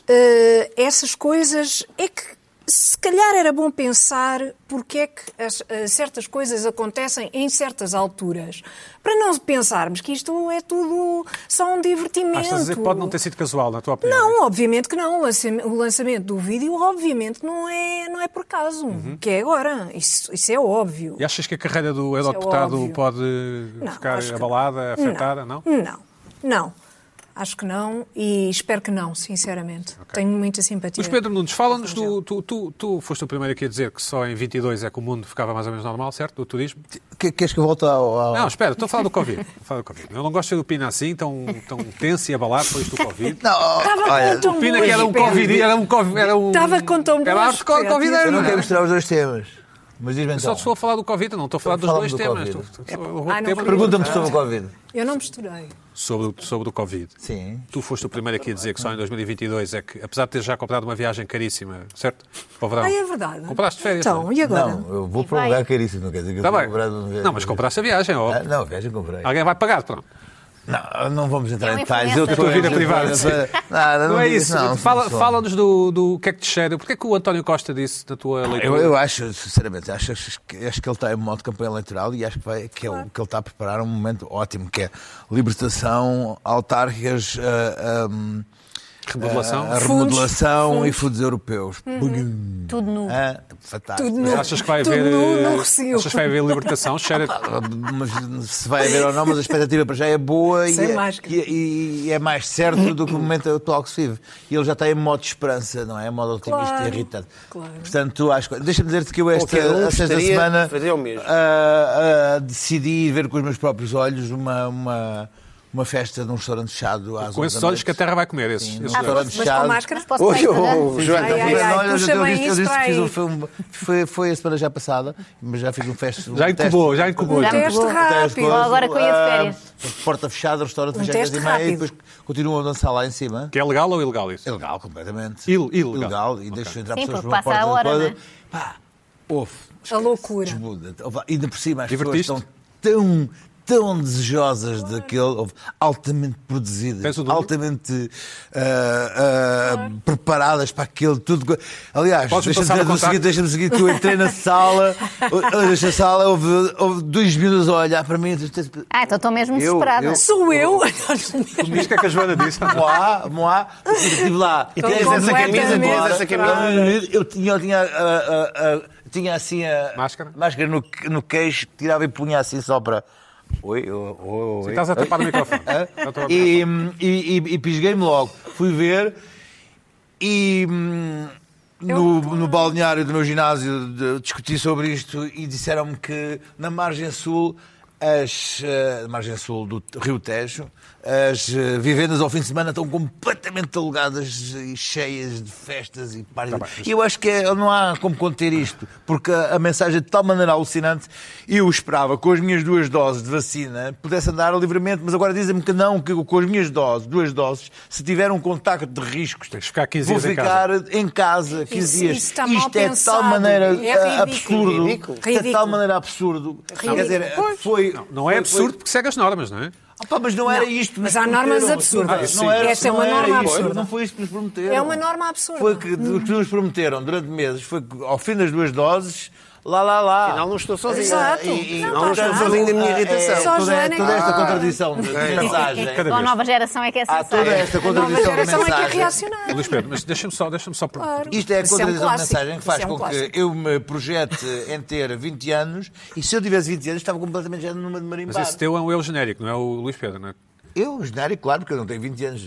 Speaker 3: eh, essas coisas é que. Se calhar era bom pensar porque é que as- eh, certas coisas acontecem em certas alturas. Para não pensarmos que isto é tudo só um divertimento.
Speaker 1: Achas a dizer que pode não ter sido casual, na tua opinião?
Speaker 3: Não, obviamente que não. O lancem- o lançamento do vídeo, obviamente, não é, não é por acaso.
Speaker 1: Uhum.
Speaker 3: Que é agora. Isso, isso é óbvio.
Speaker 1: E achas que a carreira do eurodeputado
Speaker 3: é óbvio.
Speaker 1: pode
Speaker 3: Não,
Speaker 1: ficar
Speaker 3: acho que não.
Speaker 1: abalada, afetada, não?
Speaker 3: Não, não. Acho que não e espero que não, sinceramente. Tenho muita simpatia.
Speaker 1: Mas Pedro Nunes, fala-nos do... Tu, tu, tu foste o primeiro aqui a dizer que só em 22 é que o mundo ficava mais ou menos normal, certo? Do turismo?
Speaker 5: Que- Queres que eu volte ao. ao-
Speaker 1: Não, espera, estou a falar do Covid. Estou a falar do COVID. Eu não gosto de ser do Pina assim, tão, tão tenso e abalado por isto do Covid.
Speaker 5: Não, é
Speaker 3: Estava
Speaker 5: olha,
Speaker 3: com tão
Speaker 1: O Pina que
Speaker 3: boas,
Speaker 1: era um
Speaker 3: Pedro.
Speaker 1: Covid, era um Covid, era um...
Speaker 3: Estava com tão
Speaker 1: Era
Speaker 3: boas,
Speaker 1: hardcore
Speaker 3: Pedro.
Speaker 5: eu
Speaker 1: Covideiro.
Speaker 5: não quero
Speaker 1: Eu
Speaker 5: misturar os dois temas. Mas diz-me
Speaker 1: Só
Speaker 5: então.
Speaker 1: te estou a falar do Covid, eu não estou a falar dos
Speaker 5: Fala-me
Speaker 1: dois
Speaker 5: do
Speaker 1: temas.
Speaker 5: Covid.
Speaker 1: Estou- estou- o
Speaker 3: Ah,
Speaker 1: tema-
Speaker 3: não queria.
Speaker 5: Pergunta-me sobre o Covid.
Speaker 3: Eu não misturei.
Speaker 1: Sobre, o- sobre o Covid.
Speaker 5: Sim.
Speaker 1: Tu foste o primeiro aqui a dizer que só em 2022 é que, apesar de ter já comprado uma viagem caríssima, certo? Para o verão.
Speaker 3: Ah, é verdade.
Speaker 1: Compraste férias. é?
Speaker 3: Então, e agora?
Speaker 5: Não, eu vou para um lugar caríssimo, não quer dizer que
Speaker 1: Está
Speaker 5: eu vou
Speaker 1: bem.
Speaker 5: cobrar de um lugar
Speaker 1: Não, mas
Speaker 5: caríssimo.
Speaker 1: compraste a viagem. é Ou...
Speaker 5: Ah, não, viagem comprei.
Speaker 1: É. Alguém vai pagar, pronto.
Speaker 5: Não, não vamos entrar
Speaker 4: É
Speaker 5: em
Speaker 4: uma
Speaker 5: detalhes.
Speaker 4: influencer.
Speaker 5: estou-
Speaker 1: Tua vida
Speaker 5: eu-
Speaker 1: privada,
Speaker 5: eu-
Speaker 1: sim.
Speaker 5: Nada,
Speaker 1: Não é
Speaker 5: digo
Speaker 1: isso.
Speaker 5: não, um
Speaker 1: Fala-
Speaker 5: pessoal.
Speaker 1: Fala-nos do, do que é que te cheira. Porquê é que o António Costa disse na tua
Speaker 5: Ah, Eu,
Speaker 1: leitura?
Speaker 5: eu acho, sinceramente, acho, acho que, acho que ele está em modo de campanha eleitoral e acho que, vai, que, ele, que ele está a preparar um momento ótimo, que é libertação, autárquicas, ah, ah,
Speaker 1: Remodelação?
Speaker 5: ah,
Speaker 3: Fundos.
Speaker 5: remodelação e fundos europeus.
Speaker 4: Tudo nu.
Speaker 5: Ah, fantástico.
Speaker 3: Tudo nu.
Speaker 1: Achas que vai
Speaker 3: Tu
Speaker 1: haver.
Speaker 3: não- não
Speaker 1: eh,
Speaker 3: recebeu.
Speaker 1: Achas que vai haver libertação?
Speaker 5: [laughs]
Speaker 1: Cheira.
Speaker 5: Mas se vai haver ou não, mas a expectativa para já é boa e
Speaker 3: Sem
Speaker 5: é,
Speaker 3: máscara.
Speaker 5: e- e é mais certo do que o momento atual que se vive. E ele já está em modo de esperança, não é? Em modo otimista
Speaker 3: Claro,
Speaker 5: e irritante.
Speaker 3: claro.
Speaker 5: Portanto, acho que. Deixa-me dizer-te que eu esta
Speaker 2: Qualquer um
Speaker 5: a sexta
Speaker 2: gostaria
Speaker 5: semana
Speaker 2: de fazer o mesmo.
Speaker 5: ah, ah, decidi ver com os meus próprios olhos uma, uma, uma festa num restaurante fechado às
Speaker 1: Com
Speaker 5: 11
Speaker 1: esses
Speaker 5: da
Speaker 1: olhos
Speaker 5: noite.
Speaker 1: que a terra vai comer. Esses, esses
Speaker 5: Ah,
Speaker 1: olhos.
Speaker 5: fora de
Speaker 3: Mas
Speaker 5: chave.
Speaker 3: com máscara?
Speaker 4: Mas posso
Speaker 2: Oi,
Speaker 4: para Instagram?
Speaker 2: oh, Joana,
Speaker 3: Ai, ai,
Speaker 5: Mas
Speaker 3: ai.
Speaker 5: olha,
Speaker 3: puxa
Speaker 5: eu
Speaker 3: bem
Speaker 5: disse- eu
Speaker 3: isso
Speaker 5: disse que
Speaker 3: para
Speaker 5: fiz
Speaker 3: aí.
Speaker 5: um- foi um- foi- Foi a semana já passada, mas já fiz um festa. um
Speaker 1: Já
Speaker 5: teste.
Speaker 1: incubou, já incubou.
Speaker 4: Já
Speaker 3: Um teste
Speaker 4: Muito bom.
Speaker 3: rápido.
Speaker 4: Ou agora que eu ia de férias.
Speaker 5: Ah, Porta fechada, restaurante
Speaker 3: Um
Speaker 5: fechado às
Speaker 3: teste
Speaker 5: 10h30 e
Speaker 3: rápido.
Speaker 5: depois continuam a dançar lá em cima.
Speaker 1: Que é legal ou ilegal isso?
Speaker 5: Ilegal, completamente.
Speaker 1: Il- ilegal.
Speaker 5: e deixam entrar
Speaker 4: Sim, porque
Speaker 5: pessoas por uma
Speaker 4: passa a hora,
Speaker 5: porta toda.
Speaker 4: né?
Speaker 5: Pá, ouve.
Speaker 3: loucura.
Speaker 5: Desmuda. Opa, Ainda por cima, as pessoas
Speaker 1: Divertiste?
Speaker 5: estão tão tão desejosas daquele. Houve altamente produzidas,
Speaker 1: Tens o número?
Speaker 5: altamente ah, ah, preparadas para aquilo tudo. Aliás,
Speaker 1: Podes-me
Speaker 5: deixa-me
Speaker 1: passar o
Speaker 5: dizer o
Speaker 1: contacto?
Speaker 5: seguinte, deixa-me seguir que eu entrei na
Speaker 1: [laughs]
Speaker 5: sala, na sala houve, houve dois minutos a olhar para mim.
Speaker 4: Ah, então estou mesmo
Speaker 5: Eu-
Speaker 4: desesperada.
Speaker 5: eu-
Speaker 3: Sou eu? [laughs]
Speaker 1: Diz o que é que a Joana disse.
Speaker 5: Moá, moá, estive lá.
Speaker 2: E tens essa camisa, tens essa camisa.
Speaker 5: Eu tinha, eu tinha, ah, ah, ah, tinha assim a
Speaker 1: Máscara?
Speaker 5: máscara no, no queixo, tirava e punha assim só para. Oi, oi, oi. oi.
Speaker 1: Estás a
Speaker 5: [laughs]
Speaker 1: tapar o microfone. Estás a tapar o microfone.
Speaker 5: E, e, e- e pisguei-me logo. Fui ver e hum, no, no balneário do meu ginásio de- discuti sobre isto e disseram-me que na margem sul, as, eh, na margem sul do T- Rio Tejo, as eh, vivendas ao fim de semana estão completamente alugadas e cheias de festas e parties. e eu acho que é- não há como conter isto, porque a, a mensagem é de tal maneira alucinante. Eu esperava que com as minhas duas doses de vacina pudesse andar livremente, mas agora dizem-me que não, que com as minhas doses, duas doses, se tiver um contacto de riscos,
Speaker 1: Tens de ficar 15
Speaker 5: vou
Speaker 1: dias em
Speaker 5: ficar em casa 15
Speaker 3: Isso-
Speaker 5: dias.
Speaker 3: isso está mal
Speaker 5: Isto é de tal
Speaker 3: pensado.
Speaker 5: maneira
Speaker 3: É
Speaker 5: ah,
Speaker 3: ridículo.
Speaker 5: absurdo.
Speaker 2: Ridículo.
Speaker 5: É de tal
Speaker 3: Ridículo.
Speaker 5: maneira absurdo. Quer dizer,
Speaker 3: Pois.
Speaker 5: foi.
Speaker 1: Não é
Speaker 5: foi-
Speaker 1: absurdo porque segue as normas,
Speaker 5: [laughs]
Speaker 1: não é?
Speaker 5: Ah, pá, mas não era isto. que
Speaker 3: mas
Speaker 5: nos
Speaker 3: há normas
Speaker 5: prometeram.
Speaker 3: absurdas.
Speaker 5: Ah,
Speaker 1: Sim.
Speaker 5: era-
Speaker 3: Essa é
Speaker 5: não
Speaker 3: uma
Speaker 5: era
Speaker 3: norma
Speaker 5: isto,
Speaker 3: absurda.
Speaker 5: Não foi isto que nos prometeram.
Speaker 3: É uma norma absurda. Hum.
Speaker 5: Foi que, o que nos prometeram durante meses foi que ao fim das duas doses, lá, lá, lá.
Speaker 2: Afinal, não estou sozinho.
Speaker 3: Exato.
Speaker 5: E- e-
Speaker 3: Não,
Speaker 5: e-
Speaker 3: não,
Speaker 5: portanto,
Speaker 3: não.
Speaker 2: sozinho da minha irritação. É.
Speaker 5: é,
Speaker 3: Só
Speaker 5: toda,
Speaker 3: Joana é que
Speaker 5: toda esta
Speaker 3: está.
Speaker 5: contradição de de mensagem.
Speaker 1: Cada
Speaker 4: Ou a
Speaker 1: vez.
Speaker 4: nova geração é que é
Speaker 5: Há
Speaker 4: essa.
Speaker 5: toda esta
Speaker 3: A nova
Speaker 5: contradição de
Speaker 3: geração é que é
Speaker 5: mensagem.
Speaker 3: reacionária.
Speaker 1: Luís Pedro, mas deixa-me só, deixa só. por-
Speaker 3: Claro.
Speaker 5: Isto é a
Speaker 3: Isso é um
Speaker 5: contradição de
Speaker 3: clássico.
Speaker 5: mensagem que faz
Speaker 3: Isso é um
Speaker 5: com que
Speaker 3: clássico.
Speaker 5: eu me projete em ter 20 anos e se eu tivesse 20 anos estava completamente já numa de marimbar.
Speaker 1: Mas esse teu é um eu genérico, não é o Luís Pedro, não é?
Speaker 5: Eu, genérico, claro, porque eu não tenho 20 anos,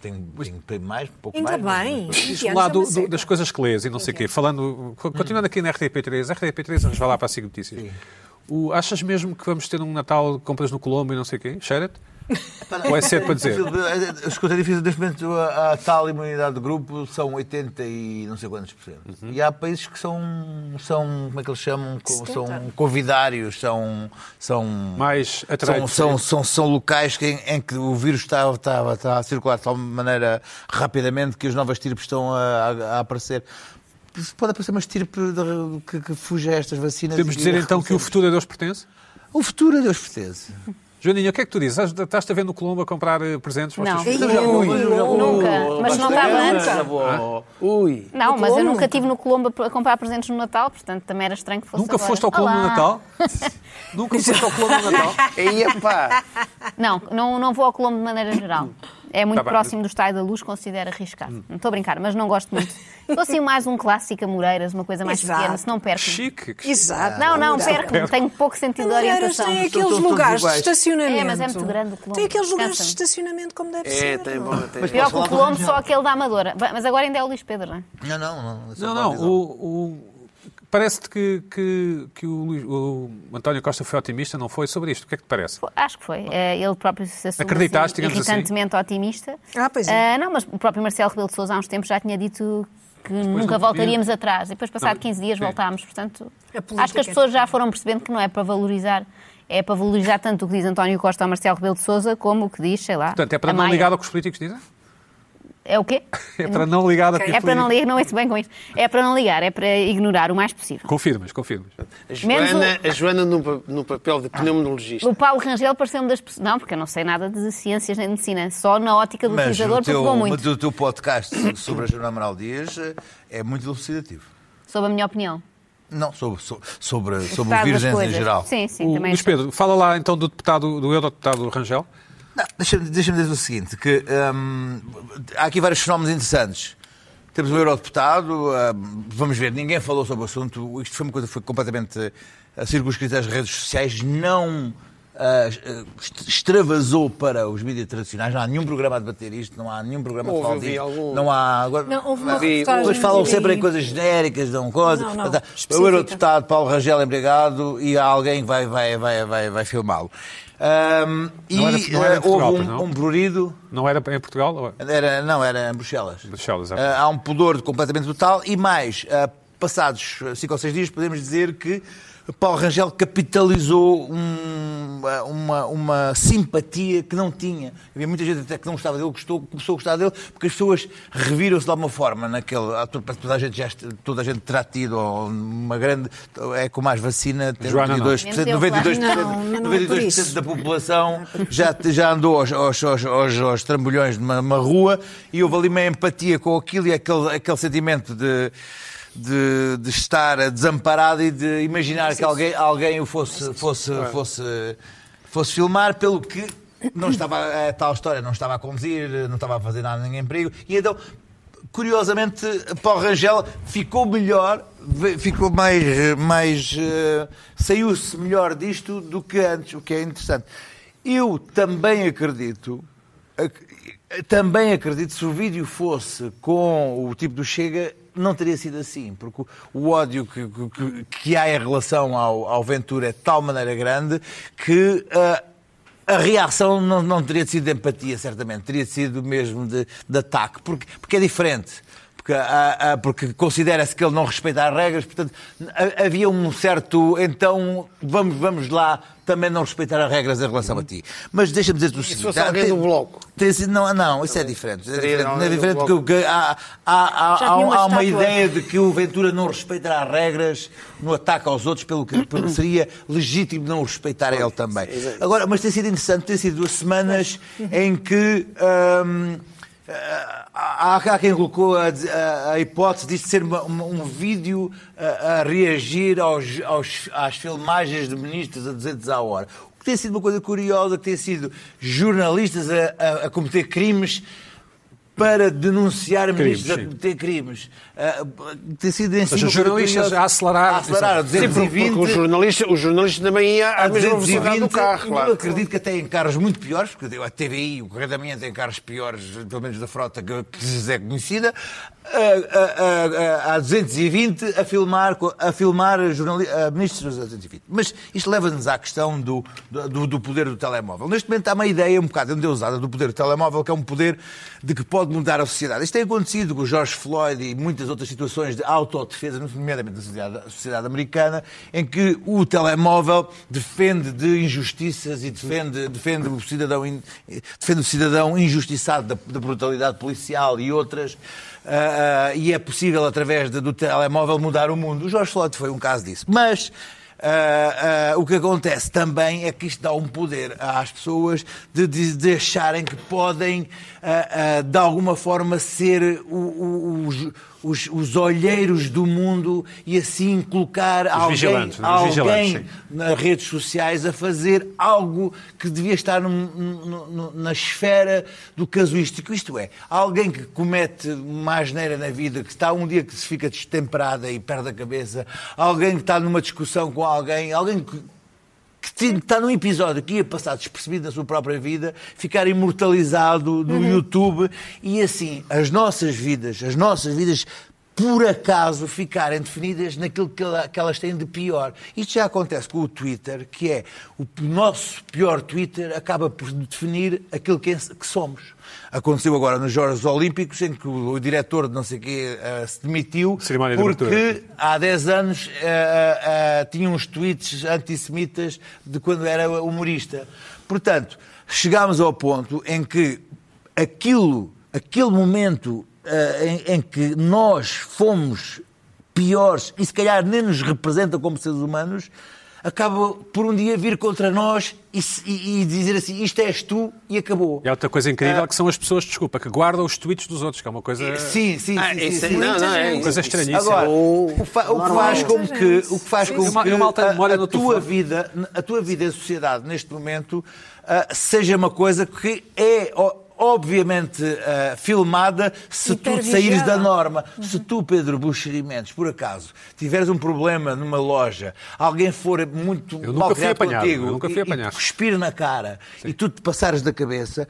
Speaker 5: tenho, tenho, tenho mais, um pouco
Speaker 3: Ainda
Speaker 5: mais.
Speaker 3: bem.
Speaker 1: Diz-me
Speaker 5: é
Speaker 1: lá do- do- das coisas que lês e não sei o quê. Falando, co- continuando aqui na RTP3, RTP3, antes vai lá para a SIG Notícias. O, achas mesmo que vamos ter um Natal de compras no Colombo e não sei o quê? Cheira-te? Ou é cedo para
Speaker 5: [laughs]
Speaker 1: dizer?
Speaker 5: As coisas difíceis é neste momento, a, a tal imunidade de grupo são 80 e não sei quantos por cento.
Speaker 1: Uhum.
Speaker 5: E há países que são, são como é que eles chamam? Co-
Speaker 3: 70.
Speaker 5: São convidários, são. são
Speaker 1: Mais
Speaker 5: são,
Speaker 1: atraídos.
Speaker 5: são, são, são locais que- em, em que o vírus está, está, está a circular de tal maneira rapidamente que as novas tirpes estão a, a- a aparecer. Pode aparecer uma estirpe de- que, que fuja a estas vacinas.
Speaker 1: Podemos
Speaker 5: e-
Speaker 1: dizer então que o futuro a Deus pertence?
Speaker 5: O futuro a Deus pertence.
Speaker 1: Joaninha, o que é que tu dizes? Estás- Estás-te a ver no Colombo a comprar eh, presentes? para os
Speaker 4: Não.
Speaker 1: teus filhos?
Speaker 5: Eu já vou-
Speaker 3: Ui,
Speaker 5: eu já vou-
Speaker 4: nunca. Mas não estava antes.
Speaker 5: Já vou-
Speaker 2: Ui.
Speaker 4: Não,
Speaker 3: No
Speaker 4: mas eu
Speaker 3: Colombo?
Speaker 4: nunca estive no Colombo a comprar presentes no Natal, portanto também era estranho que fosse
Speaker 1: Nunca
Speaker 4: agora.
Speaker 1: foste ao Colombo no
Speaker 4: Olá.
Speaker 5: [laughs]
Speaker 1: Natal? Nunca foste ao Colombo no Natal?
Speaker 2: Aí, pá.
Speaker 4: Não, não, não vou ao Colombo de maneira geral. É muito
Speaker 1: Tá bem. Hum.
Speaker 4: próximo do Estádio da Luz, considero arriscado. Não estou a brincar, mas não gosto muito. Estou assim mais um clássico a Moreiras, uma coisa mais
Speaker 3: Exato.
Speaker 4: pequena, se não perco.
Speaker 1: Chique. que chique.
Speaker 3: Exato.
Speaker 4: Não, não, perco. Tenho pouco sentido de
Speaker 3: Moreiras
Speaker 4: orientação.
Speaker 3: tem
Speaker 5: São
Speaker 3: aqueles
Speaker 5: todos
Speaker 3: lugares de
Speaker 5: iguais.
Speaker 3: estacionamento.
Speaker 4: É, mas é muito grande o Colombo.
Speaker 3: Tem aqueles lugares de
Speaker 4: Cansa-me.
Speaker 3: estacionamento como deve ser.
Speaker 2: É, tem
Speaker 3: não?
Speaker 2: bom. Tem bom.
Speaker 4: Pior que o
Speaker 5: falar da
Speaker 4: Colombo,
Speaker 5: religião?
Speaker 4: só aquele da Amadora. Bem, Mas agora ainda é o Luís Pedro, não é?
Speaker 5: Não, não, não. é só
Speaker 1: Não,
Speaker 5: para
Speaker 1: não.
Speaker 5: avisar.
Speaker 1: O, o- Parece-te que, que, que o, Luís- o António Costa foi otimista, não foi? Sobre isto, o que é que te parece?
Speaker 4: Foi- Acho que foi. Eh, Ele próprio se assume
Speaker 1: Acreditaste,
Speaker 4: assim,
Speaker 1: digamos
Speaker 4: irritantemente otimista.
Speaker 3: Ah, pois é.
Speaker 4: Eh, não, mas o próprio Marcelo Rebelo de Sousa há uns tempos já tinha dito que nunca
Speaker 1: não
Speaker 4: voltaríamos atrás. E depois, passado
Speaker 1: Não,
Speaker 4: 15 dias,
Speaker 1: sim.
Speaker 4: voltámos. Portanto,
Speaker 3: A
Speaker 4: acho que
Speaker 3: política. é
Speaker 4: as pessoas já foram percebendo que não é para valorizar. É para valorizar tanto o que diz António Costa ao Marcelo Rebelo de Sousa como o que diz, sei lá.
Speaker 1: Portanto, é para
Speaker 4: a
Speaker 1: não
Speaker 4: Maia.
Speaker 1: ligar ao que os políticos dizem?
Speaker 4: É o quê?
Speaker 1: [laughs] É para não ligar a
Speaker 4: É para não
Speaker 1: política.
Speaker 4: ligar, não é bem com isto. É para não ligar, é para ignorar o mais possível.
Speaker 1: Confirmas, confirmas.
Speaker 2: A
Speaker 4: Menos
Speaker 2: Joana, a Joana num, pa- num papel de pneumologista.
Speaker 4: O Paulo Rangel pareceu-me das pessoas. Não, porque eu não sei nada de ciências nem de medicina, só na ótica do
Speaker 5: Mas
Speaker 4: utilizador,
Speaker 5: o
Speaker 4: porque vou
Speaker 5: teu,
Speaker 4: muito.
Speaker 5: mas o teu podcast sobre a Joana Amaral Dias eh, é muito elucidativo.
Speaker 4: Sob a minha opinião.
Speaker 5: Não, sobre, so- sobre, sobre,
Speaker 4: Estado
Speaker 5: o
Speaker 4: É das
Speaker 5: vírus em- em
Speaker 4: coisas.
Speaker 5: geral.
Speaker 4: Sim, sim,
Speaker 1: O
Speaker 4: também. é
Speaker 1: Luís Pedro, fala lá então do deputado, do eurodeputado Rangel.
Speaker 5: Não, Deixa-me deixa-me dizer o seguinte: que hum, há aqui vários fenómenos interessantes. Temos o eurodeputado, hum, vamos ver, ninguém falou sobre o assunto, isto foi uma coisa que foi completamente eh, circunscrita às redes sociais, não ah, es- eh, est- extravasou para os mídias tradicionais, não há nenhum programa a debater isto, não há nenhum programa a
Speaker 2: Houve,
Speaker 5: falar
Speaker 2: eu vi
Speaker 5: disto,
Speaker 2: algum.
Speaker 5: não há... Agora,
Speaker 3: Não, houve uma
Speaker 2: Vi-
Speaker 3: reportagem
Speaker 5: Depois falam
Speaker 3: de-
Speaker 5: sempre em coisas genéricas, dão coisas.
Speaker 3: Não, não,
Speaker 5: Portanto, o
Speaker 3: específica.
Speaker 5: Eurodeputado Paulo Rangel é empregado e há alguém que vai, vai, vai, vai, vai filmá-lo. Ahm,
Speaker 1: Não era-
Speaker 5: e
Speaker 1: não era em
Speaker 5: eh,
Speaker 1: Portugal,
Speaker 5: houve
Speaker 1: pois
Speaker 5: um,
Speaker 1: não?
Speaker 5: um brurido.
Speaker 1: Não era em Portugal? ou é?
Speaker 5: Era, não, era em Bruxelas.
Speaker 1: Bruxelas,
Speaker 5: Ah,
Speaker 1: exato.
Speaker 5: há um pudor completamente total e mais, ah, passados cinco ou seis dias, podemos dizer que Paulo Rangel capitalizou um- uma, uma simpatia que não tinha. Havia muita gente até que não gostava dele, gostou, começou a gostar dele, porque as pessoas reviram-se de alguma forma naquele. ah, Toda a gente, já, est- toda a gente terá tido ou uma grande. É com mais vacina, tem
Speaker 1: Joana, não.
Speaker 5: 92%, 92%,
Speaker 4: Não, é
Speaker 3: não é por
Speaker 5: 92%
Speaker 3: isso.
Speaker 5: da população já, já andou aos, aos, aos, aos, aos trambolhões numa, numa rua e houve ali uma empatia com aquilo e aquele, aquele sentimento de, de, de estar desamparado e de imaginar que alguém, alguém o fosse, fosse, fosse, fosse filmar, pelo que não estava a tal história, não estava a conduzir, não estava a fazer nada, ninguém perigo. E então, curiosamente, Paulo Rangel ficou melhor, ve- ficou mais. eh, mais eh, saiu-se melhor disto do que antes, o que é interessante. Eu também acredito. ac- Também acredito se o vídeo fosse com o tipo do Chega, não teria sido assim, porque o- o ódio que, que- que- que há em relação ao, ao Ventura é de tal maneira grande que ah, a reação não, não teria sido de empatia, certamente, teria sido mesmo de, de ataque, porque, porque é diferente. Porque, ah, ah, porque considera-se que ele não respeita as regras, portanto, ha- havia um certo. Então, vamos, vamos lá também não respeitar as regras em relação a ti. Mas deixa-me dizer-te o seguinte:
Speaker 2: fosse
Speaker 5: ah,
Speaker 2: alguém
Speaker 5: tem-
Speaker 2: do Bloco?
Speaker 5: tem sido- não, não, isso é diferente. É
Speaker 2: Seria
Speaker 5: diferente, não é
Speaker 2: alguém do
Speaker 5: diferente que,
Speaker 2: Bloco.
Speaker 5: o que há, há, há,
Speaker 3: Já
Speaker 5: há,
Speaker 3: tinha uma
Speaker 5: há uma
Speaker 3: estátua.
Speaker 5: ideia de que o Ventura não respeitará as regras no ataque aos outros, pelo que pelo que seria legítimo não o respeitar a ele também. Agora, mas tem sido interessante, tem sido duas semanas em que. hum, ah, Há, há quem colocou a, a- a hipótese disto ser uma- uma- um vídeo a, a reagir aos- aos- às filmagens de ministros a 200 à hora. O que tem sido uma coisa curiosa, que tem sido jornalistas a- a- a cometer crimes para denunciar
Speaker 1: Crimes,
Speaker 5: ministros
Speaker 1: sim.
Speaker 5: a cometer crimes. Ah, ter sido em
Speaker 1: Ou seja,
Speaker 5: cima
Speaker 1: os jornalistas
Speaker 5: curioso.
Speaker 1: a acelerar.
Speaker 5: A acelerar, a
Speaker 2: Sim, porque,
Speaker 5: 220.
Speaker 2: porque o jornalista, o jornalista também ia
Speaker 5: a
Speaker 2: à mesma velocidade do
Speaker 5: 220,
Speaker 2: carro,
Speaker 5: Eu
Speaker 2: claro.
Speaker 5: acredito que até em carros muito piores, porque a TVI, o Correio da Manhã tem carros piores, pelo menos da frota que, que lhes é conhecida, a, a, a, a 220 a filmar, co- a filmar jornali- a ministros a 220. Mas isto leva-nos à questão do, do, do poder do telemóvel. Neste momento há uma ideia um bocado endeusada do poder do telemóvel, que é um poder de que pode mudar a sociedade. Isto tem acontecido com o George Floyd e muitas outras situações de autodefesa, nomeadamente na sociedade, sociedade americana, em que o telemóvel defende de injustiças e defende, defende, o, cidadão in- defende o cidadão injustiçado da, da brutalidade policial e outras. ah, ah, e é possível, através de- do telemóvel, mudar o mundo. O George Floyd foi um caso disso. Mas ah, ah, o que acontece também é que isto dá um poder às pessoas de, de, de acharem que podem, ah, ah, de alguma forma, ser o- o- os, os, os olheiros do mundo e assim colocar alguém,
Speaker 1: vigilantes, né? Os
Speaker 5: alguém
Speaker 1: vigilantes, sim.
Speaker 5: nas redes sociais a fazer algo que devia estar num- num- num- na esfera do casuístico. Isto é, alguém que comete uma asneira na vida, que está um dia que se fica destemperada e perde a cabeça, alguém que está numa discussão com alguém, alguém que que te- está num episódio que ia passar despercebido na sua própria vida, ficar imortalizado no YouTube e assim as nossas vidas, as nossas vidas por acaso ficarem definidas naquilo que ela- que elas têm de pior. Isto já acontece com o Twitter, que é o p- nosso pior Twitter acaba por definir aquilo que, é- que somos. Aconteceu agora nos Jogos Olímpicos, em que o, o diretor de não sei o quê eh, se demitiu
Speaker 1: Cerimónia de abertura.
Speaker 5: porque há 10 anos eh, eh, tinha uns tweets antissemitas de quando era humorista. Portanto, chegámos ao ponto em que aquilo, aquele momento eh, em, em que nós fomos piores e se calhar nem nos representa como seres humanos, acaba por um dia vir contra nós e, se- e- e dizer assim, isto és tu e acabou.
Speaker 1: E há é outra coisa incrível que são as pessoas, desculpa, que guardam os tweets dos outros, que é uma coisa.
Speaker 5: Eh, Sim, sim,
Speaker 2: Ah,
Speaker 5: sim, sim,
Speaker 2: isso aí-
Speaker 5: sim.
Speaker 2: não, não, é
Speaker 1: Uma coisa estranhíssima.
Speaker 5: Agora,
Speaker 2: Ou-
Speaker 5: o, fa- o que faz com que, o que, faz
Speaker 3: Sim,
Speaker 5: com
Speaker 1: sim.
Speaker 5: que
Speaker 1: Eu mal tenho memória
Speaker 5: a, a
Speaker 1: no
Speaker 5: tua
Speaker 1: telefone.
Speaker 5: vida, a tua vida em sociedade neste momento ah, seja uma coisa que é o- obviamente ah, filmada se tu
Speaker 3: Hipervigiada.
Speaker 5: saíres da norma. Se tu, Pedro Buxerimentos, por acaso, tiveres um problema numa loja, alguém for muito
Speaker 1: Eu nunca
Speaker 5: mal
Speaker 1: fui
Speaker 5: criado
Speaker 1: apanhado,
Speaker 5: contigo
Speaker 1: eu nunca fui
Speaker 5: e- e te
Speaker 1: apanhado.
Speaker 5: cuspir na cara e tu te passares da cabeça,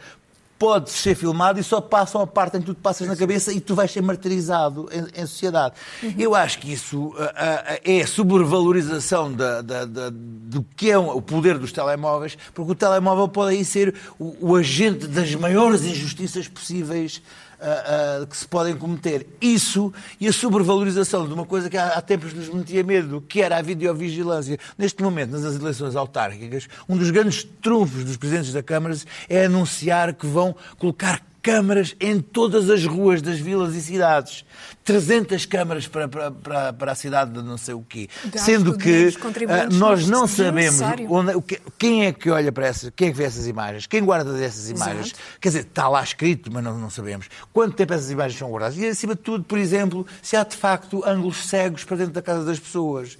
Speaker 5: pode ser filmado e só passam a parte em que tu te passas na cabeça e tu vais ser martirizado em, em sociedade.
Speaker 1: Uhum.
Speaker 5: Eu acho que isso ah, ah, ah, é a sobrevalorização da- da- da- do que é o poder dos telemóveis, porque o telemóvel pode aí ser o, o agente das maiores injustiças possíveis ah, ah, que se podem cometer. Isso e a sobrevalorização de uma coisa que há, há tempos nos metia medo, que era a videovigilância. Neste momento, nas eleições autárquicas, um dos grandes trunfos dos presidentes da Câmara é anunciar que vão colocar câmaras em todas as ruas das vilas e cidades. 300 câmaras para, para, para, para a cidade de não sei o quê.
Speaker 3: Gasto
Speaker 5: Sendo
Speaker 3: de
Speaker 5: que
Speaker 3: dinheiro dos contribuintes
Speaker 5: ah, nós não sabemos
Speaker 3: desnecessário.
Speaker 5: onde- o que- quem é que olha para essas, quem é que vê essas imagens, quem guarda dessas imagens. Quer dizer, está lá escrito, mas não, não sabemos. Quanto tempo essas imagens são guardadas? E acima de tudo, por exemplo, se há de facto ângulos cegos para dentro da casa das pessoas.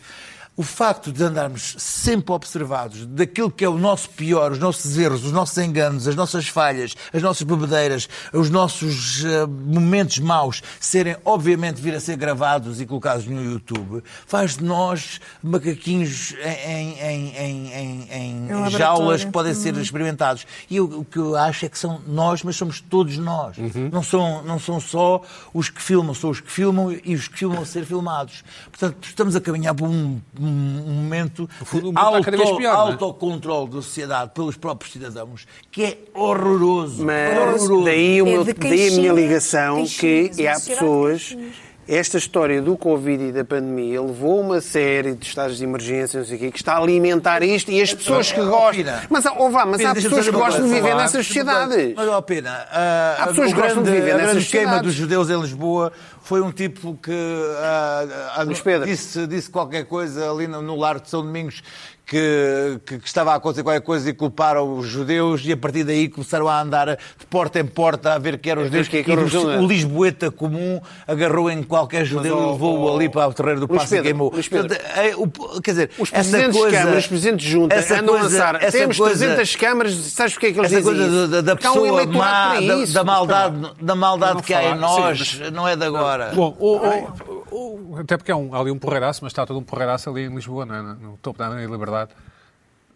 Speaker 5: O facto de andarmos sempre observados daquilo que é o nosso pior, os nossos erros, os nossos enganos, as nossas falhas, as nossas bebedeiras, os nossos eh, momentos maus serem, obviamente, vir a ser gravados e colocados no YouTube, faz de nós macaquinhos em, em- em- em- em-
Speaker 3: É um
Speaker 5: em
Speaker 3: laboratório.
Speaker 5: jaulas que podem ser experimentados. E eu- o que eu acho é que são nós, mas somos todos nós.
Speaker 1: Uhum.
Speaker 5: Não, são, não são só os que filmam, são os que filmam e os que filmam a ser filmados. Portanto, estamos a caminhar para um, um- um momento
Speaker 1: fundo, o
Speaker 5: de
Speaker 1: mundo está cada vez
Speaker 5: auto-
Speaker 1: pior, não é?
Speaker 5: autocontrole da sociedade pelos próprios cidadãos, que é horroroso.
Speaker 2: Mas
Speaker 5: horroroso.
Speaker 2: daí, o
Speaker 3: É
Speaker 2: meu-
Speaker 3: de
Speaker 2: daí a minha
Speaker 3: caixinhas,
Speaker 2: ligação que
Speaker 3: caixinhas,
Speaker 2: é, há
Speaker 3: uma sociedade de
Speaker 2: pessoas.
Speaker 3: caixinhas.
Speaker 2: Esta história do Covid e da pandemia levou uma série de estados de emergência, não sei o quê, que está a alimentar isto e as pessoas que
Speaker 5: Oh,
Speaker 2: gostam.
Speaker 5: Pina.
Speaker 2: Mas, há- oh, vá, mas
Speaker 5: Pina,
Speaker 2: há
Speaker 5: deixa-me
Speaker 2: pessoas
Speaker 5: só
Speaker 2: que
Speaker 5: uma
Speaker 2: gostam de
Speaker 5: coisa
Speaker 2: viver
Speaker 5: falar.
Speaker 2: nessas
Speaker 5: Deixa-me só-
Speaker 2: sociedades.
Speaker 5: Mas, ó, Pena, ah,
Speaker 2: Há pessoas
Speaker 5: o
Speaker 2: que gostam de
Speaker 5: grande-
Speaker 2: viver
Speaker 5: o
Speaker 2: nessas
Speaker 5: grande esquema
Speaker 2: sociedades.
Speaker 5: dos judeus em Lisboa foi um tipo que ah, ah,
Speaker 2: Luís Pedro.
Speaker 5: disse, disse qualquer coisa ali no, no Largo de São Domingos que, que- que estava a acontecer qualquer coisa e culparam os judeus e a partir daí começaram a andar de porta em porta a ver que eram os judeus.
Speaker 2: que é que
Speaker 5: e
Speaker 2: eram
Speaker 5: o-
Speaker 2: os judeus?
Speaker 5: o Lisboeta comum agarrou em qualquer judeu
Speaker 2: ó,
Speaker 5: e levou-o
Speaker 2: ó,
Speaker 5: ali para o terreiro do
Speaker 2: Luís
Speaker 5: Passo e
Speaker 2: Pedro,
Speaker 5: queimou.
Speaker 2: Luís Pedro.
Speaker 5: Portanto, é, o- quer dizer,
Speaker 2: Os
Speaker 5: essa
Speaker 2: presidentes
Speaker 5: coisa-
Speaker 2: de câmaras, os presidentes juntas,
Speaker 5: essa
Speaker 2: andam a
Speaker 5: coisa-
Speaker 2: lançar.
Speaker 5: essa
Speaker 2: Temos
Speaker 5: coisa-
Speaker 2: 300 câmaras, sabes porque é que eles
Speaker 5: essa
Speaker 2: dizem
Speaker 5: coisa
Speaker 2: isso?
Speaker 5: da, da
Speaker 2: Porque há um
Speaker 5: pessoa
Speaker 2: eleitorado
Speaker 5: má,
Speaker 2: para
Speaker 5: da,
Speaker 2: isso. um
Speaker 5: da maldade, da
Speaker 1: Não
Speaker 5: maldade que há
Speaker 1: falar,
Speaker 5: em nós,
Speaker 1: sim,
Speaker 5: não é de agora.
Speaker 1: Bom, ou- ou- ou- até porque há um- há ali um porreiraço, mas está todo um porreiraço ali em Lisboa, não é? no topo da Avenida da Liberdade.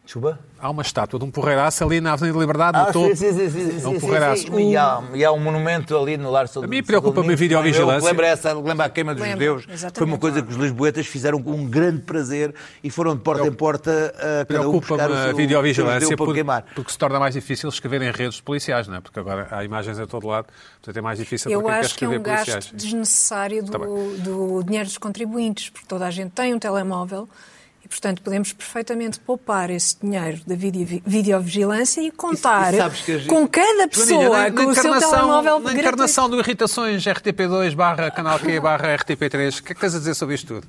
Speaker 5: Chuba?
Speaker 1: Há uma estátua de um porreiraço ali na Avenida da Liberdade, no
Speaker 5: Ah,
Speaker 1: topo.
Speaker 5: sim, sim, sim, sim, sim,
Speaker 1: É um
Speaker 5: sim,
Speaker 1: porreiraço.
Speaker 5: sim. E, há, e há um monumento ali no Lar São
Speaker 1: A mim
Speaker 5: São
Speaker 1: preocupa-me
Speaker 5: Domingos.
Speaker 1: a videovigilância.
Speaker 5: Lembra, essa, lembra a queima dos
Speaker 3: Lembro,
Speaker 5: judeus? Foi uma
Speaker 3: exatamente.
Speaker 5: coisa que os lisboetas fizeram com um grande prazer e foram de porta em porta a cada um buscar o
Speaker 1: Preocupa-me
Speaker 5: seu-
Speaker 1: a
Speaker 5: o seu judeu
Speaker 1: videovigilância
Speaker 5: para
Speaker 1: por-
Speaker 5: queimar.
Speaker 1: porque se torna mais difícil escrever em redes de policiais, não é? Porque agora há imagens a todo lado, portanto é mais difícil
Speaker 3: Eu
Speaker 1: para quem quer
Speaker 3: acho que é
Speaker 1: escrever
Speaker 3: um
Speaker 1: policiais.
Speaker 3: gasto desnecessário do,
Speaker 1: Tá bem.
Speaker 3: do dinheiro dos contribuintes, porque toda a gente tem um telemóvel e, portanto, podemos perfeitamente poupar esse dinheiro da vide- videovigilância e contar
Speaker 5: E- e sabes que a gente-
Speaker 3: com cada pessoa
Speaker 1: Joaninha, na- na
Speaker 3: com o seu
Speaker 1: encarnação-
Speaker 3: telemóvel
Speaker 1: Na
Speaker 3: gratuito.
Speaker 1: encarnação do Irritações RTP2 barra Canal Q barra RTP3, o que é que tens a dizer sobre isto tudo?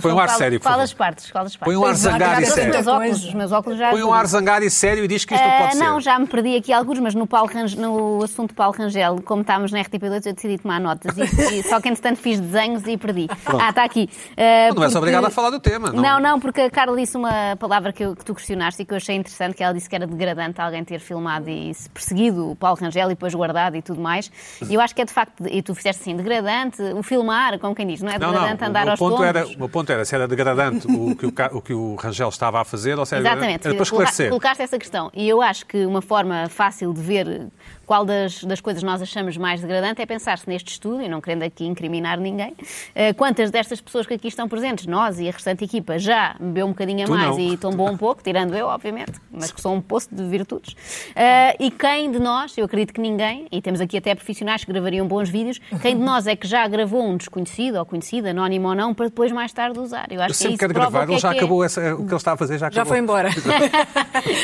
Speaker 1: Foi um ar
Speaker 4: Qual-
Speaker 1: sério, por
Speaker 4: Qual
Speaker 1: favor.
Speaker 4: as partes? Qual as partes?
Speaker 1: Põe um ar
Speaker 4: Pois,
Speaker 1: zangado
Speaker 4: já
Speaker 1: e
Speaker 4: perdi os
Speaker 1: sério.
Speaker 4: meus óculos,
Speaker 3: Pois.
Speaker 4: Os meus óculos já
Speaker 1: Põe um
Speaker 4: ajudam.
Speaker 1: ar zangado e sério e diz que isto não
Speaker 3: É,
Speaker 4: Ah,
Speaker 1: pode
Speaker 4: não,
Speaker 1: ser.
Speaker 4: já me perdi aqui alguns, mas no, Paulo Rangel- no assunto de Paulo Rangel, como estávamos na RTP2, eu decidi tomar notas. E, e só que, entretanto, fiz desenhos e perdi. Ah, está aqui. Ah,
Speaker 1: Não és obrigada a falar do tema, não.
Speaker 4: Não, porque a Carla disse uma palavra que, eu- que tu questionaste e que eu achei interessante, que ela disse que era degradante alguém ter filmado e se perseguido o Paulo Rangel e depois guardado e tudo mais. E eu acho que é de facto, e tu fizeste assim, degradante, o filmar, como quem diz, não é
Speaker 1: Não,
Speaker 4: degradante
Speaker 1: não, o
Speaker 4: andar
Speaker 1: meu,
Speaker 4: aos
Speaker 1: ponto
Speaker 4: tombos.
Speaker 1: era, o meu ponto era se era degradante o, que o, ca- o que o Rangel estava a fazer ou se era,
Speaker 4: Exatamente,
Speaker 1: era para
Speaker 4: Coloca-
Speaker 1: esclarecer.
Speaker 4: Colocaste essa questão. E eu acho que uma forma fácil de ver qual das, das coisas nós achamos mais degradante é pensar-se neste estudo, e não querendo aqui incriminar ninguém, eh, quantas destas pessoas que aqui estão presentes, nós e a restante equipa, já bebeu um bocadinho a
Speaker 1: Tu
Speaker 4: mais
Speaker 1: não.
Speaker 4: e tombou um pouco, tirando eu, obviamente, mas que sou um poço de virtudes. Eh, e quem de nós, eu acredito que ninguém, e temos aqui até profissionais que gravariam bons vídeos, quem de nós é que já gravou um desconhecido ou conhecido, anónimo ou não, para depois mais tarde usar? Eu acho
Speaker 1: Eu
Speaker 4: que isso
Speaker 1: sempre quero
Speaker 4: prova
Speaker 1: gravar,
Speaker 4: o que
Speaker 1: ele
Speaker 4: é
Speaker 1: já
Speaker 4: que é.
Speaker 1: acabou essa- o que ele está a fazer, já
Speaker 3: Já
Speaker 1: acabou.
Speaker 3: foi embora.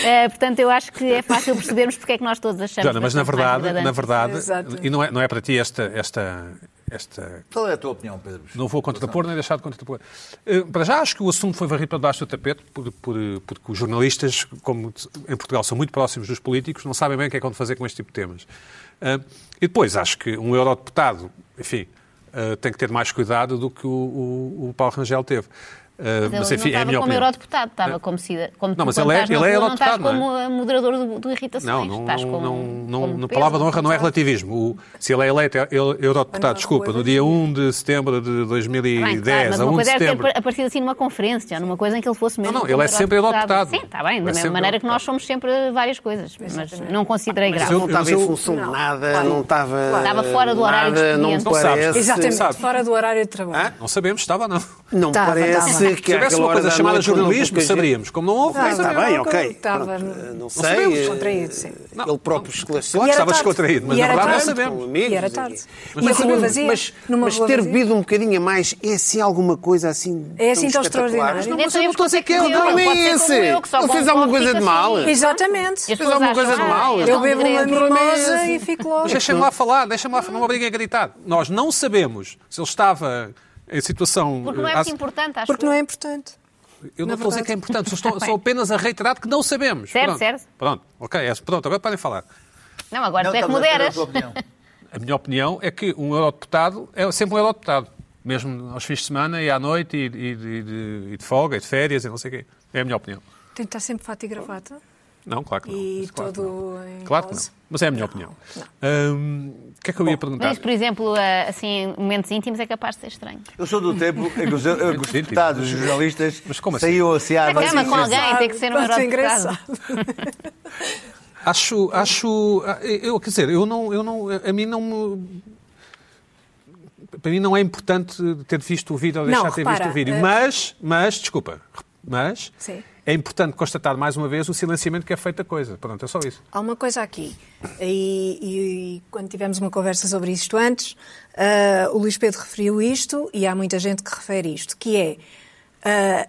Speaker 4: Eh, portanto, eu acho que é fácil percebermos porque é que nós todos achamos.
Speaker 1: Joana, mas na
Speaker 4: bastante
Speaker 1: verdade,
Speaker 4: mais
Speaker 1: na verdade
Speaker 3: Exato.
Speaker 1: e não é, não é para ti esta, esta, esta
Speaker 5: Qual é a tua opinião, Pedro?
Speaker 1: Não vou contrapor nem deixar de contrapor. Eh, Para já, acho que o assunto foi varrido para debaixo do tapete, por, por, eh, porque os jornalistas, como t- em Portugal são muito próximos dos políticos, não sabem bem o que é que vão fazer com este tipo de temas. Ah, E depois, acho que um eurodeputado, enfim, ah, tem que ter mais cuidado do que o, o- o Paulo Rangel teve. Ah,
Speaker 4: Mas, ele não estava como eurodeputado, estava como, cida, como
Speaker 1: Não,
Speaker 4: tu
Speaker 1: mas
Speaker 4: quando
Speaker 1: ele é-
Speaker 4: estás na
Speaker 1: ele é
Speaker 4: rua, não estás
Speaker 1: eurodeputado, não
Speaker 4: como eh, moderador do, do
Speaker 1: Não,
Speaker 4: Irritações.
Speaker 1: não,
Speaker 4: estás
Speaker 1: não,
Speaker 4: como,
Speaker 1: não, não,
Speaker 4: como
Speaker 1: não-
Speaker 4: Pedro,
Speaker 1: palavra de honra
Speaker 4: como
Speaker 1: não é
Speaker 4: Jorge.
Speaker 1: relativismo. O- se ele é eleito eu- eu- eurodeputado,
Speaker 3: Andar
Speaker 1: desculpa,
Speaker 3: rua,
Speaker 1: no dia 1 de setembro de
Speaker 4: Bem, claro,
Speaker 1: 2010,
Speaker 4: mas
Speaker 1: a 1
Speaker 4: uma
Speaker 1: de
Speaker 4: coisa era
Speaker 1: setembro...
Speaker 4: ter aparecido assim numa conferência, numa coisa em que ele fosse mesmo.
Speaker 1: Não, não,
Speaker 4: como
Speaker 1: ele é sempre eurodeputado.
Speaker 4: Sim, está
Speaker 1: Ele
Speaker 4: bem, da
Speaker 1: é
Speaker 4: mesma
Speaker 1: sempre
Speaker 4: maneira que nós
Speaker 1: eurodeputado.
Speaker 4: somos sempre várias coisas, mas não considerei grave.
Speaker 1: eu-
Speaker 2: não estava em
Speaker 1: eu-
Speaker 2: função de
Speaker 3: Não.
Speaker 2: nada, não estava.
Speaker 4: Estava fora do horário
Speaker 2: nada, Não
Speaker 4: expediente.
Speaker 1: Não sabes.
Speaker 2: parece.
Speaker 3: Exatamente,
Speaker 1: Sabe.
Speaker 3: fora do horário de trabalho.
Speaker 1: Não sabemos se estava ou não.
Speaker 2: Não
Speaker 3: Estava,
Speaker 2: parece que, que
Speaker 1: Se houvesse
Speaker 2: àquela
Speaker 1: uma
Speaker 2: hora
Speaker 1: coisa
Speaker 2: da
Speaker 1: chamada
Speaker 2: noite, quando
Speaker 1: jornalismo,
Speaker 2: pouca gente-
Speaker 1: saberíamos. Como não houve,
Speaker 3: Não,
Speaker 1: não
Speaker 3: Mas
Speaker 2: Está
Speaker 1: sabemos.
Speaker 3: era
Speaker 2: bem,
Speaker 3: algo
Speaker 2: ok.
Speaker 3: que estava
Speaker 2: Pronto,
Speaker 3: no-
Speaker 2: eh,
Speaker 3: não
Speaker 2: Não
Speaker 1: sabemos,
Speaker 2: sei. eh,
Speaker 3: contraído, sim.
Speaker 2: Ele próprio esclareceu.
Speaker 1: Claro que
Speaker 3: era
Speaker 1: estava
Speaker 3: tarde.
Speaker 1: descontraído, mas
Speaker 3: E
Speaker 1: na
Speaker 3: era
Speaker 1: verdade não
Speaker 3: tarde.
Speaker 1: sabemos.
Speaker 3: E era tarde.
Speaker 2: Mas,
Speaker 3: Uma rua
Speaker 2: sabemos,
Speaker 3: vazia,
Speaker 2: mas,
Speaker 3: numa
Speaker 2: mas
Speaker 3: rua
Speaker 2: ter
Speaker 3: vazia.
Speaker 2: bebido um bocadinho a mais é assim alguma coisa assim.
Speaker 3: É assim tão
Speaker 2: espetacular? Não,
Speaker 3: extraordinário.
Speaker 2: mas
Speaker 4: Nem
Speaker 2: eu não
Speaker 4: sabemos
Speaker 2: estou a dizer
Speaker 4: quanto
Speaker 2: que
Speaker 4: é
Speaker 2: é
Speaker 4: que
Speaker 2: o
Speaker 4: deu,
Speaker 2: não
Speaker 4: pode
Speaker 2: é
Speaker 4: ser como
Speaker 2: esse.
Speaker 4: eu, que só
Speaker 2: Ele
Speaker 4: bom
Speaker 2: fez alguma
Speaker 4: pó
Speaker 2: coisa
Speaker 4: fica
Speaker 2: de mal.
Speaker 4: assim.
Speaker 3: Exatamente.
Speaker 4: As
Speaker 2: Fez alguma coisa de mal.
Speaker 4: "Ah,
Speaker 2: Eu
Speaker 4: eles
Speaker 3: Eu
Speaker 4: são
Speaker 3: bebo uma
Speaker 4: degredos."
Speaker 3: mimosa e fico logo.
Speaker 1: Mas deixem-me lá falar, deixem-me lá falar, não me obriguem a gritar. Nós não sabemos se ele estava em situação...
Speaker 4: Porque não é
Speaker 1: eh,
Speaker 4: muito
Speaker 1: às-
Speaker 4: importante, acho
Speaker 3: Porque
Speaker 4: eu.
Speaker 3: não é importante.
Speaker 1: Eu não
Speaker 3: Na
Speaker 1: estou a dizer
Speaker 3: verdade.
Speaker 1: que é importante, só,
Speaker 4: [laughs]
Speaker 1: estou, só apenas a reiterar que não sabemos.
Speaker 4: Certo,
Speaker 1: pronto.
Speaker 4: certo.
Speaker 1: Pronto, ok, é- pronto, agora podem falar.
Speaker 4: Não, agora
Speaker 5: Não,
Speaker 4: tu é que
Speaker 5: estava à espera da
Speaker 4: moderas.
Speaker 5: tua opinião.
Speaker 1: A minha opinião é que um eurodeputado é sempre um eurodeputado, mesmo aos fins de semana e à noite e, e- e de, e de folga e de férias e não sei o quê. É a minha opinião.
Speaker 3: Tem de estar sempre fato e gravata.
Speaker 1: Não, claro que não.
Speaker 3: E
Speaker 1: Isso, claro que
Speaker 3: todo
Speaker 1: não.
Speaker 3: em
Speaker 1: Claro que não,
Speaker 3: rosa.
Speaker 1: mas é a minha opinião. Hum, o que é que eu ia perguntar?
Speaker 4: Mas, por exemplo, eh, assim, momentos íntimos é capaz de ser estranho.
Speaker 5: Eu sou do tempo
Speaker 1: [laughs]
Speaker 5: em que os, em que os
Speaker 1: Sim,
Speaker 5: deputados, os jornalistas
Speaker 1: Mas como assim?
Speaker 5: saíam assim à
Speaker 4: Na
Speaker 5: noite.
Speaker 4: cama com alguém, tem que ser um
Speaker 3: Pronto,
Speaker 4: eurodeputado.
Speaker 3: engraçado.
Speaker 1: Acho, acho, ah, eu quer dizer, eu não, eu não, a mim não me para mim não é importante ter visto o vídeo ou
Speaker 3: Não,
Speaker 1: deixar de ter
Speaker 3: repara,
Speaker 1: visto o vídeo,
Speaker 3: eh,
Speaker 1: mas, mas, desculpa, mas
Speaker 3: Sim.
Speaker 1: é importante constatar mais uma vez o silenciamento que é feito da coisa. Pronto, é só isso.
Speaker 3: Há uma coisa aqui, e, e- e quando tivemos uma conversa sobre isto antes, ah, o Luís Pedro referiu isto, e há muita gente que refere isto, que é ah,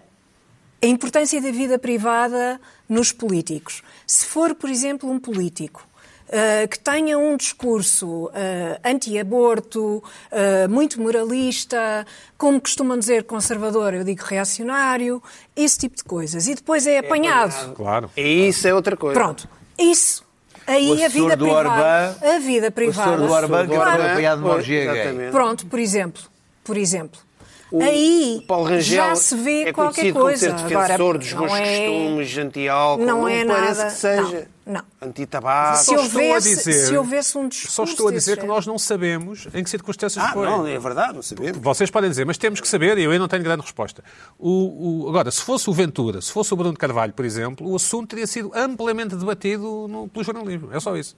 Speaker 3: a importância da vida privada nos políticos. Se for, por exemplo, um político ah, que tenha um discurso ah, anti-aborto, ah, muito moralista, como costumam dizer conservador, eu digo reacionário, esse tipo de coisas, e depois é apanhado.
Speaker 1: Claro.
Speaker 2: E isso é outra coisa.
Speaker 3: Pronto, isso.
Speaker 5: O
Speaker 3: Aí a
Speaker 5: assessor
Speaker 3: vida
Speaker 5: do
Speaker 3: privada.
Speaker 5: Orbán-
Speaker 3: a vida privada.
Speaker 5: do Orbán que
Speaker 3: Claro.
Speaker 5: foi apanhado numa
Speaker 2: Pois,
Speaker 5: orgia gay.
Speaker 2: exatamente.
Speaker 3: Pronto, por exemplo. Por exemplo. Aí
Speaker 2: O Paulo Rangel
Speaker 3: já se vê
Speaker 2: é
Speaker 3: qualquer
Speaker 2: conhecido
Speaker 3: coisa.
Speaker 2: Como ser
Speaker 3: Agora,
Speaker 2: defensor dos bons
Speaker 3: não é...
Speaker 2: costumes, anti-álcool,
Speaker 3: não
Speaker 2: não,
Speaker 3: é
Speaker 2: parece
Speaker 3: nada-
Speaker 2: que seja.
Speaker 3: não, não.
Speaker 2: Anti-tabaco.
Speaker 3: Se
Speaker 1: Só estou a
Speaker 3: houvesse,
Speaker 1: dizer-
Speaker 3: se houvesse um discurso.
Speaker 1: Só estou a dizer
Speaker 3: desse
Speaker 1: que
Speaker 3: género.
Speaker 1: nós não sabemos em que circunstâncias
Speaker 2: Ah,
Speaker 1: foi.
Speaker 2: não, é verdade, não sabemos.
Speaker 1: Vocês podem dizer, mas temos que saber, e eu aí não tenho grande resposta. O, o- agora, se fosse o Ventura, se fosse o Bruno Carvalho, por exemplo, o assunto teria sido amplamente debatido no- pelo jornalismo. É só isso.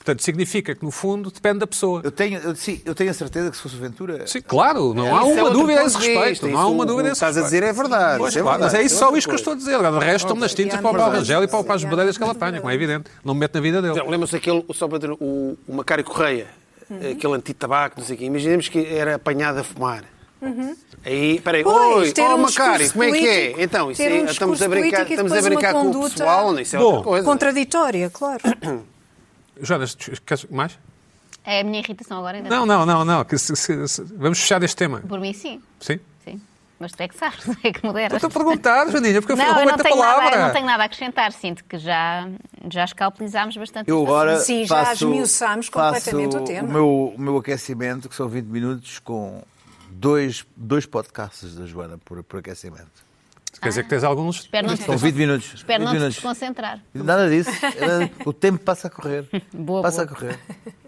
Speaker 1: Portanto, significa que, no fundo, depende da pessoa.
Speaker 5: Eu tenho, eu, sim, eu tenho a certeza que se fosse o Ventura.
Speaker 1: Sim, claro, não há
Speaker 2: Isso é
Speaker 1: uma
Speaker 2: outro
Speaker 1: dúvida a
Speaker 2: ponto
Speaker 1: esse
Speaker 2: de vista,
Speaker 1: respeito. Não há
Speaker 2: isso
Speaker 1: uma
Speaker 2: o-
Speaker 1: dúvida
Speaker 2: o
Speaker 1: a
Speaker 2: que
Speaker 1: esse
Speaker 2: estás a
Speaker 1: respeito.
Speaker 2: dizer é verdade.
Speaker 1: Pois,
Speaker 2: isso é
Speaker 1: claro, mas
Speaker 2: verdade,
Speaker 1: é isso só
Speaker 2: outra
Speaker 1: isso que eu
Speaker 2: coisa.
Speaker 1: estou a dizer. Agora, o resto estão nas tintas para o
Speaker 3: Sim, é
Speaker 1: Paulo
Speaker 3: verdade.
Speaker 1: Rangel e para, o- para as
Speaker 3: Sim,
Speaker 1: bandeiras que ela
Speaker 3: é
Speaker 1: apanha,
Speaker 3: verdade.
Speaker 1: como é evidente. Não me mete na vida dele.
Speaker 2: Então, Lembra-se aquele, só para ter, o, o Macário Correia,
Speaker 3: Uhum.
Speaker 2: aquele anti-tabaco, não sei o quê. Imaginemos que era apanhado a fumar. Aí, peraí,
Speaker 3: Uhum. Pois,
Speaker 2: oi,
Speaker 3: ter
Speaker 2: oh,
Speaker 3: um
Speaker 2: Macário,
Speaker 3: discurso
Speaker 2: como é que
Speaker 3: político,
Speaker 2: é? Então, isso
Speaker 3: ter
Speaker 2: é-
Speaker 3: um
Speaker 2: estamos a
Speaker 3: discurso
Speaker 2: brincar,
Speaker 3: político e
Speaker 2: estamos a
Speaker 3: depois uma
Speaker 2: brincar com o
Speaker 3: conduta
Speaker 2: pessoal, não, isso é
Speaker 1: Bom,
Speaker 2: outra coisa.
Speaker 3: Contraditória, claro.
Speaker 1: Jonas, queres mais?
Speaker 4: É a minha irritação agora ainda.
Speaker 1: Não, não, não, não. que se- se- se- Vamos fechar este tema.
Speaker 4: Por mim, sim.
Speaker 1: Sim?
Speaker 4: Sim. Mas tu é que sabes, [laughs] tu é que moderas.
Speaker 1: Estou-te a perguntar, Joaninha, porque Então, eu fui
Speaker 4: Não, eu não,
Speaker 1: roubo-te a
Speaker 4: tenho nada, eu
Speaker 1: palavra.
Speaker 4: não tenho nada a acrescentar. Sinto que já, já escalpelizámos bastante.
Speaker 5: Eu
Speaker 4: este
Speaker 5: agora
Speaker 3: Sim, já
Speaker 5: faço,
Speaker 3: esmiuçámos completamente
Speaker 5: faço
Speaker 3: o tema.
Speaker 5: meu, o meu aquecimento, que são 20 minutos, com dois, dois podcasts da Joana por, por aquecimento.
Speaker 1: Quer dizer que
Speaker 4: Ah.
Speaker 1: tens alguns.
Speaker 4: Espero não te,
Speaker 5: São 20 minutos.
Speaker 4: espero
Speaker 5: 20
Speaker 4: não te
Speaker 5: minutos.
Speaker 4: desconcentrar.
Speaker 5: Nada disso. Era- O tempo passa a correr.
Speaker 4: [laughs] Boa,
Speaker 5: passa
Speaker 4: boa.
Speaker 5: a correr.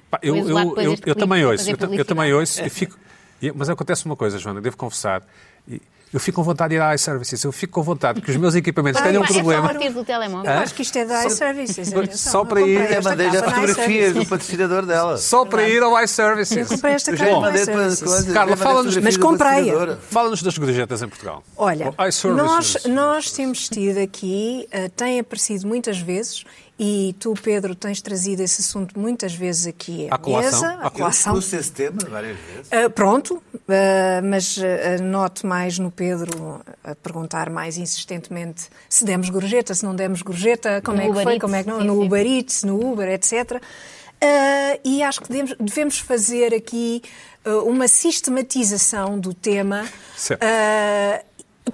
Speaker 1: Pá, eu,
Speaker 4: Pois
Speaker 1: eu,
Speaker 4: lá, depois
Speaker 1: eu-
Speaker 4: este
Speaker 1: eu
Speaker 4: clipe
Speaker 1: também
Speaker 4: para
Speaker 1: ouço,
Speaker 4: fazer
Speaker 1: eu, ta- eu
Speaker 4: publicidade.
Speaker 1: também ouço, e fico. e- Mas acontece uma coisa, Joana, devo confessar. e Eu fico com vontade de ir à iServices, eu fico com vontade que os meus equipamentos tenham um
Speaker 4: é só a
Speaker 1: problema.
Speaker 4: partir do telemóvel.
Speaker 3: Eu acho que isto é da iServices. atenção.
Speaker 1: só
Speaker 3: Eu
Speaker 1: para ir-
Speaker 3: comprei
Speaker 5: Até
Speaker 3: esta é
Speaker 5: mandei já
Speaker 3: capa na iServices.
Speaker 5: fotografias do patrocinador dela.
Speaker 1: Só para ir ao iServices.
Speaker 3: Eu comprei esta
Speaker 5: Eu
Speaker 3: capa
Speaker 5: já
Speaker 3: na
Speaker 5: mandei para
Speaker 3: iServices.
Speaker 5: coisas,
Speaker 1: Carla,
Speaker 5: já mandei
Speaker 1: fala-nos-
Speaker 5: fotografias
Speaker 3: Mas
Speaker 5: do
Speaker 3: comprei-a.
Speaker 5: patrocinador.
Speaker 1: Fala-nos das gorjetas em Portugal.
Speaker 3: Olha,
Speaker 1: O iServices.
Speaker 3: nós, nós temos tido aqui, eh, tem aparecido muitas vezes, e tu, Pedro, tens trazido esse assunto muitas vezes aqui à,
Speaker 1: À colação.
Speaker 3: mesa, à
Speaker 1: Eu
Speaker 3: colação.
Speaker 5: Trouxe esse tema várias vezes.
Speaker 3: Eh, pronto, eh, mas eh, noto mais no Pedro a perguntar mais insistentemente se demos gorjeta, se não demos gorjeta, como
Speaker 4: No
Speaker 3: é que
Speaker 4: Uber
Speaker 3: foi,
Speaker 4: Eats,
Speaker 3: como é que não,
Speaker 4: sim,
Speaker 3: no
Speaker 4: sim.
Speaker 3: Uber Eats, no Uber, etc. Eh, e acho que devemos, devemos fazer aqui eh, uma sistematização do tema,
Speaker 1: Certo.
Speaker 3: eh,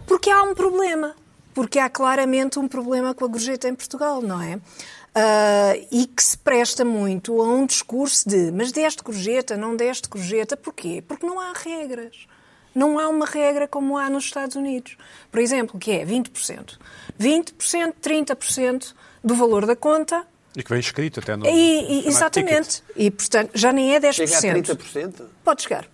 Speaker 3: porque há um problema. Porque há claramente um problema com a gorjeta em Portugal, não é? Ah, e que se presta muito a um discurso de mas deste gorjeta, não deste gorjeta, porquê? Porque não há regras. Não há uma regra como há nos Estados Unidos. Por exemplo, que é 20%. 20%, 30% do valor da conta.
Speaker 1: E que vem escrito até no.
Speaker 3: E, e-
Speaker 1: no chamado ticket.
Speaker 3: exatamente. E, portanto, já nem é 10%.
Speaker 2: Chega a 30%.
Speaker 3: Pode chegar.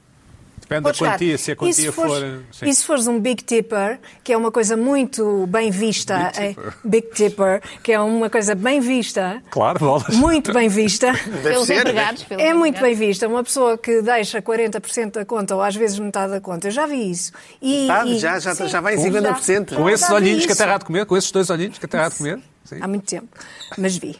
Speaker 1: Depende
Speaker 3: Podes
Speaker 1: da
Speaker 3: chegar.
Speaker 1: quantia, se a quantia
Speaker 3: e se fores,
Speaker 1: for, sim.
Speaker 3: E se fores um Big Tipper, que é uma coisa muito bem vista,
Speaker 1: Big
Speaker 3: eh,
Speaker 1: tipper.
Speaker 3: big tipper que é uma coisa
Speaker 1: [laughs]
Speaker 3: bem vista,
Speaker 1: Claro, bolas.
Speaker 3: muito bem vista,
Speaker 4: pelos
Speaker 2: ser,
Speaker 4: empregados. pelos
Speaker 3: É muito
Speaker 4: empregados.
Speaker 3: bem vista. Uma pessoa que deixa 40% da conta, ou às vezes metade da conta. Eu já vi isso. E,
Speaker 2: Metade?
Speaker 3: e-
Speaker 2: Já- já- tá, já vai em
Speaker 3: já-
Speaker 2: 50%.
Speaker 1: Com
Speaker 3: já
Speaker 1: esses
Speaker 3: vi
Speaker 1: olhinhos que
Speaker 3: isso.
Speaker 1: até há de comer, com esses dois olhinhos que até há de comer. Sim.
Speaker 3: Há muito tempo, mas
Speaker 1: [laughs]
Speaker 3: vi.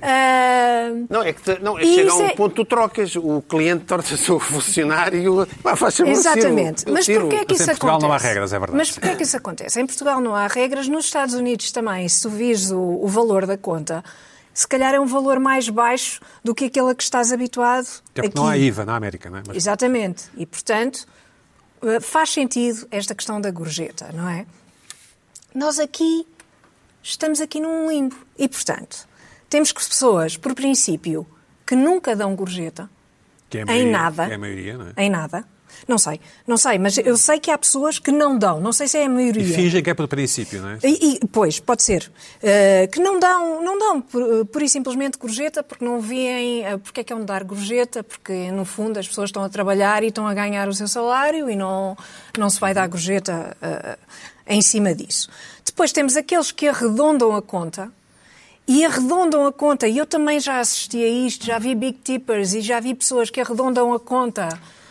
Speaker 3: Ah,
Speaker 2: Não, é que te- não, é
Speaker 3: E
Speaker 2: chega a
Speaker 3: isso
Speaker 2: um
Speaker 3: é-
Speaker 2: ponto, tu trocas, o cliente torna-se o funcionário. Pá, faz favor,
Speaker 3: Exatamente.
Speaker 2: tiro, eu
Speaker 3: Mas
Speaker 2: tiro.
Speaker 3: porquê é que
Speaker 1: Mas em
Speaker 3: isso
Speaker 1: Portugal não há
Speaker 3: acontece?
Speaker 1: regras, é verdade.
Speaker 3: Mas porquê é que isso acontece? Em Portugal não há regras, nos Estados Unidos também, se tu vires o, o valor da conta, se calhar é um valor mais baixo do que aquele a que estás habituado
Speaker 1: Até porque
Speaker 3: aqui.
Speaker 1: não há IVA na América, não é? Mas
Speaker 3: Exatamente. E, portanto, eh, faz sentido esta questão da gorjeta, não é? Nós aqui estamos aqui num limbo. E, portanto, temos que pessoas, por princípio, que nunca dão gorjeta,
Speaker 1: que é a
Speaker 3: em
Speaker 1: maioria-
Speaker 3: nada.
Speaker 1: É a maioria, não é?
Speaker 3: Em nada. Não sei, não sei, mas eu sei que há pessoas que não dão, não sei se é a maioria.
Speaker 1: E fingem que é por princípio, não é?
Speaker 3: E- e- pois, pode ser. Eh, que não dão, não dão pu- pura e simplesmente gorjeta porque não veem eh, porque é que é um dar gorjeta, porque no fundo as pessoas estão a trabalhar e estão a ganhar o seu salário e não, não se vai dar gorjeta eh, em cima disso. Depois temos aqueles que arredondam a conta e arredondam a conta. E eu também já assisti a isto, já vi Big Tippers e já vi pessoas que arredondam a conta.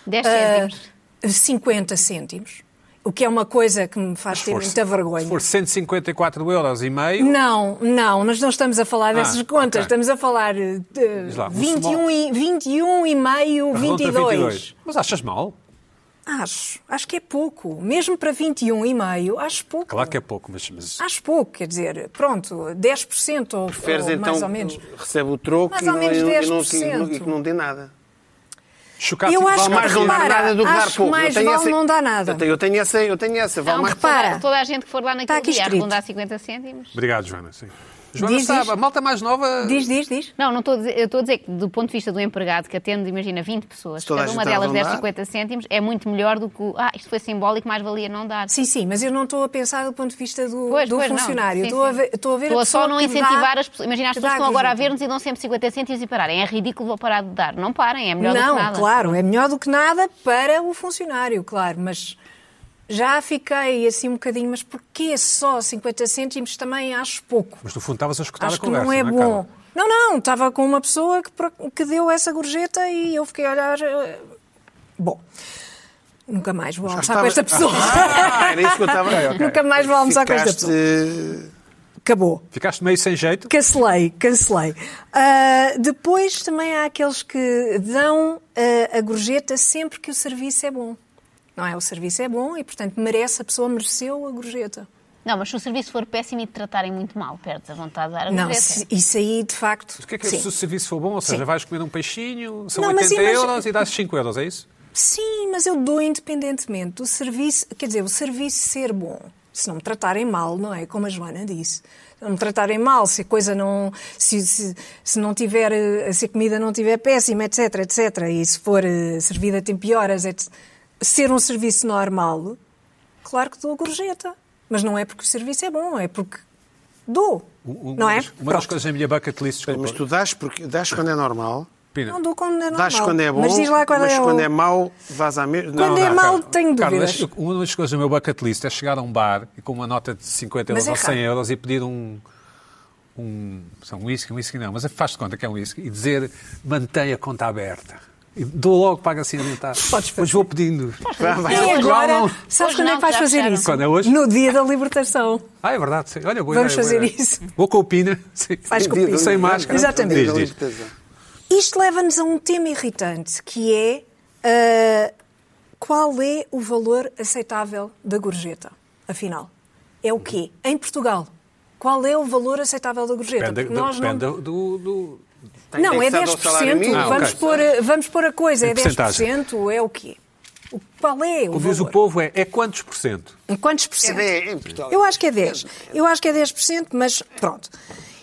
Speaker 4: Dez
Speaker 3: eh,
Speaker 4: cêntimos.
Speaker 3: 50 cêntimos. O que é uma coisa que me faz ter muita vergonha.
Speaker 1: Se for 154 euros e meio,
Speaker 3: Não, não, nós não estamos a falar dessas
Speaker 1: Ah, ok.
Speaker 3: contas. Estamos a falar eh, de
Speaker 1: lá, um
Speaker 3: 21 e, 21 e meio,
Speaker 1: arredonda
Speaker 3: 22.
Speaker 1: 22. Mas achas mal?
Speaker 3: Acho, acho que é pouco. Mesmo para 21 e meio, acho pouco.
Speaker 1: Claro que é pouco, mas, mas
Speaker 3: Acho pouco, quer dizer, pronto, 10% ou,
Speaker 2: Preferes
Speaker 3: ou
Speaker 2: então,
Speaker 3: mais ou menos.
Speaker 2: recebe o troco
Speaker 3: Mais
Speaker 2: e
Speaker 3: ou
Speaker 2: não,
Speaker 3: menos
Speaker 2: e não- e não-
Speaker 3: 10%.
Speaker 2: e que não dê nada.
Speaker 1: chocar
Speaker 3: Eu acho
Speaker 2: Vale mais não dar
Speaker 3: repara,
Speaker 2: nada do que dar
Speaker 3: acho que
Speaker 2: pouco.
Speaker 3: mais
Speaker 2: Eu tenho
Speaker 3: vale
Speaker 2: essa-
Speaker 3: não dar nada.
Speaker 2: Eu tenho- Eu tenho essa, eu tenho essa. Vale
Speaker 4: Então,
Speaker 2: mais-
Speaker 3: repara.
Speaker 4: toda- Toda a gente que for lá
Speaker 3: Está
Speaker 4: naquele
Speaker 3: aqui
Speaker 4: dia
Speaker 3: escrito.
Speaker 4: arredondar 50 cêntimos.
Speaker 1: Obrigado, Joana. Sim. Joana
Speaker 3: Diz,
Speaker 1: sabe,
Speaker 3: diz.
Speaker 1: a malta mais nova.
Speaker 3: Diz, diz, diz.
Speaker 4: Não, não estou a dizer, eu estou a dizer que do ponto de vista do empregado que atende, imagina, 20 pessoas,
Speaker 2: Se toda a
Speaker 4: cada uma
Speaker 2: gente
Speaker 4: delas der
Speaker 2: arredondar.
Speaker 4: 50 cêntimos, é muito melhor do que, o, ah, isto foi simbólico, mais valia não dar.
Speaker 3: Sim, sim, mas eu não estou a pensar do ponto de vista do,
Speaker 4: Pois,
Speaker 3: do
Speaker 4: pois não.
Speaker 3: funcionário.
Speaker 4: Sim,
Speaker 3: Estou a
Speaker 4: sim.
Speaker 3: ver, estou a ver a
Speaker 4: Estou a
Speaker 3: pessoa
Speaker 4: só não
Speaker 3: que dá-
Speaker 4: incentivar as pessoas. Imagina, as
Speaker 3: que
Speaker 4: pessoas
Speaker 3: dá
Speaker 4: estão agora a
Speaker 3: gorjeta.
Speaker 4: ver-nos e dão sempre 50 cêntimos e pararem. É ridículo, vou parar de dar. Não parem, é melhor do
Speaker 3: não,
Speaker 4: que nada.
Speaker 3: claro, é melhor do que nada para o funcionário, claro, mas já fiquei assim um bocadinho, mas porquê só 50 cêntimos também acho pouco?
Speaker 1: Mas no fundo estavas a escutar a
Speaker 3: acho que
Speaker 1: conversa.
Speaker 3: não é
Speaker 1: Carla?
Speaker 3: bom. Não, não, estava com uma pessoa que, pro- que deu essa gorjeta e eu fiquei a olhar. eh, Bom, nunca mais vou almoçar com
Speaker 2: estavas-
Speaker 3: esta pessoa.
Speaker 2: Ah, era isso que eu estava.
Speaker 3: Nunca mais vou almoçar com esta
Speaker 2: Ficaste-
Speaker 3: pessoa. [laughs] Acabou.
Speaker 1: Ficaste meio sem jeito.
Speaker 3: Cancelei, cancelei. Ah, depois também há aqueles que dão ah, a gorjeta sempre que o serviço é bom. Não é? O serviço é bom e, portanto, merece, a pessoa mereceu a gorjeta.
Speaker 4: Não, mas se o serviço for péssimo e te tratarem muito mal, perdes a vontade de dar a
Speaker 3: Não,
Speaker 4: gorjeta.
Speaker 3: se- isso aí, de facto.
Speaker 1: O que é que é
Speaker 3: sim.
Speaker 1: se o serviço for bom? Ou seja,
Speaker 3: Sim.
Speaker 1: vais comer um peixinho, são
Speaker 3: Não, mas
Speaker 1: 80
Speaker 3: imagina-
Speaker 1: euros e dás 5 euros, é isso?
Speaker 3: Sim, mas eu dou independentemente do serviço, quer dizer, o serviço ser bom. Se não me tratarem mal, não é? Como a Joana disse. Se não me tratarem mal, se a coisa não. Se, se, se não tiver. eh, Se a comida não tiver péssima, etc, etc. E se for eh, servida a tempo e horas, etc. Ser um serviço normal, claro que dou gorjeta. Mas não é porque o serviço é bom, é porque dou.
Speaker 1: Um- um-
Speaker 3: não é?
Speaker 1: Uma das coisas da minha bucket list, desculpa,
Speaker 2: Mas tu dás, porque, dás quando é normal,
Speaker 1: Pina.
Speaker 3: Não dou quando é normal.
Speaker 2: dás quando é bom,
Speaker 3: mas diz lá quando
Speaker 2: mas
Speaker 3: é,
Speaker 2: quando
Speaker 3: o-
Speaker 2: é mau, vais à mesma.
Speaker 3: Quando é mau, tenho
Speaker 1: Carla,
Speaker 3: dúvidas.
Speaker 1: eu- uma das coisas do meu bucket list é chegar a um bar e com uma nota de 50
Speaker 3: Mas
Speaker 1: euros ou
Speaker 3: é raro.
Speaker 1: 100 euros e pedir um. um são um whisky, um whisky não, mas faz de conta que é um whisky e dizer mantenha a conta aberta. E dou logo, pago assim a alimentar.
Speaker 3: Podes
Speaker 1: Mas
Speaker 3: fazer.
Speaker 1: vou pedindo.
Speaker 3: E
Speaker 4: Hoje
Speaker 3: agora,
Speaker 1: não.
Speaker 3: sabes
Speaker 4: Hoje
Speaker 3: quando é
Speaker 4: não,
Speaker 3: que vais
Speaker 4: já
Speaker 3: fazer
Speaker 4: fecharam.
Speaker 3: isso?
Speaker 1: Quando é hoje?
Speaker 3: No dia da libertação.
Speaker 1: Ah, é verdade. sim. Olha, boa
Speaker 3: Vamos
Speaker 1: ideia, boa
Speaker 3: fazer
Speaker 1: ideia.
Speaker 3: isso.
Speaker 1: Vou com o Pina. Sim.
Speaker 3: Faz com o Pina.
Speaker 1: Sem máscara.
Speaker 3: Exatamente.
Speaker 1: Diz, diz.
Speaker 3: Isto leva-nos a um tema irritante, que é ah, qual é o valor aceitável da gorjeta, afinal? É o quê? Em Portugal, qual é o valor aceitável da gorjeta?
Speaker 1: Depende, do,
Speaker 3: Porque Então, nós
Speaker 1: depende do- do-
Speaker 3: não, é 10%.
Speaker 1: Ah,
Speaker 3: vamos,
Speaker 1: ok.
Speaker 3: pôr, ah, vamos pôr a coisa,
Speaker 1: Em
Speaker 3: é 10%, é o quê? O- Qual é o
Speaker 1: Como diz o
Speaker 3: valor?
Speaker 1: povo, é, é quantos por cento?
Speaker 3: Quantos por
Speaker 2: É
Speaker 3: cento?
Speaker 2: 10, em Portugal.
Speaker 3: Eu acho que é 10. Eu acho que é 10%, mas pronto.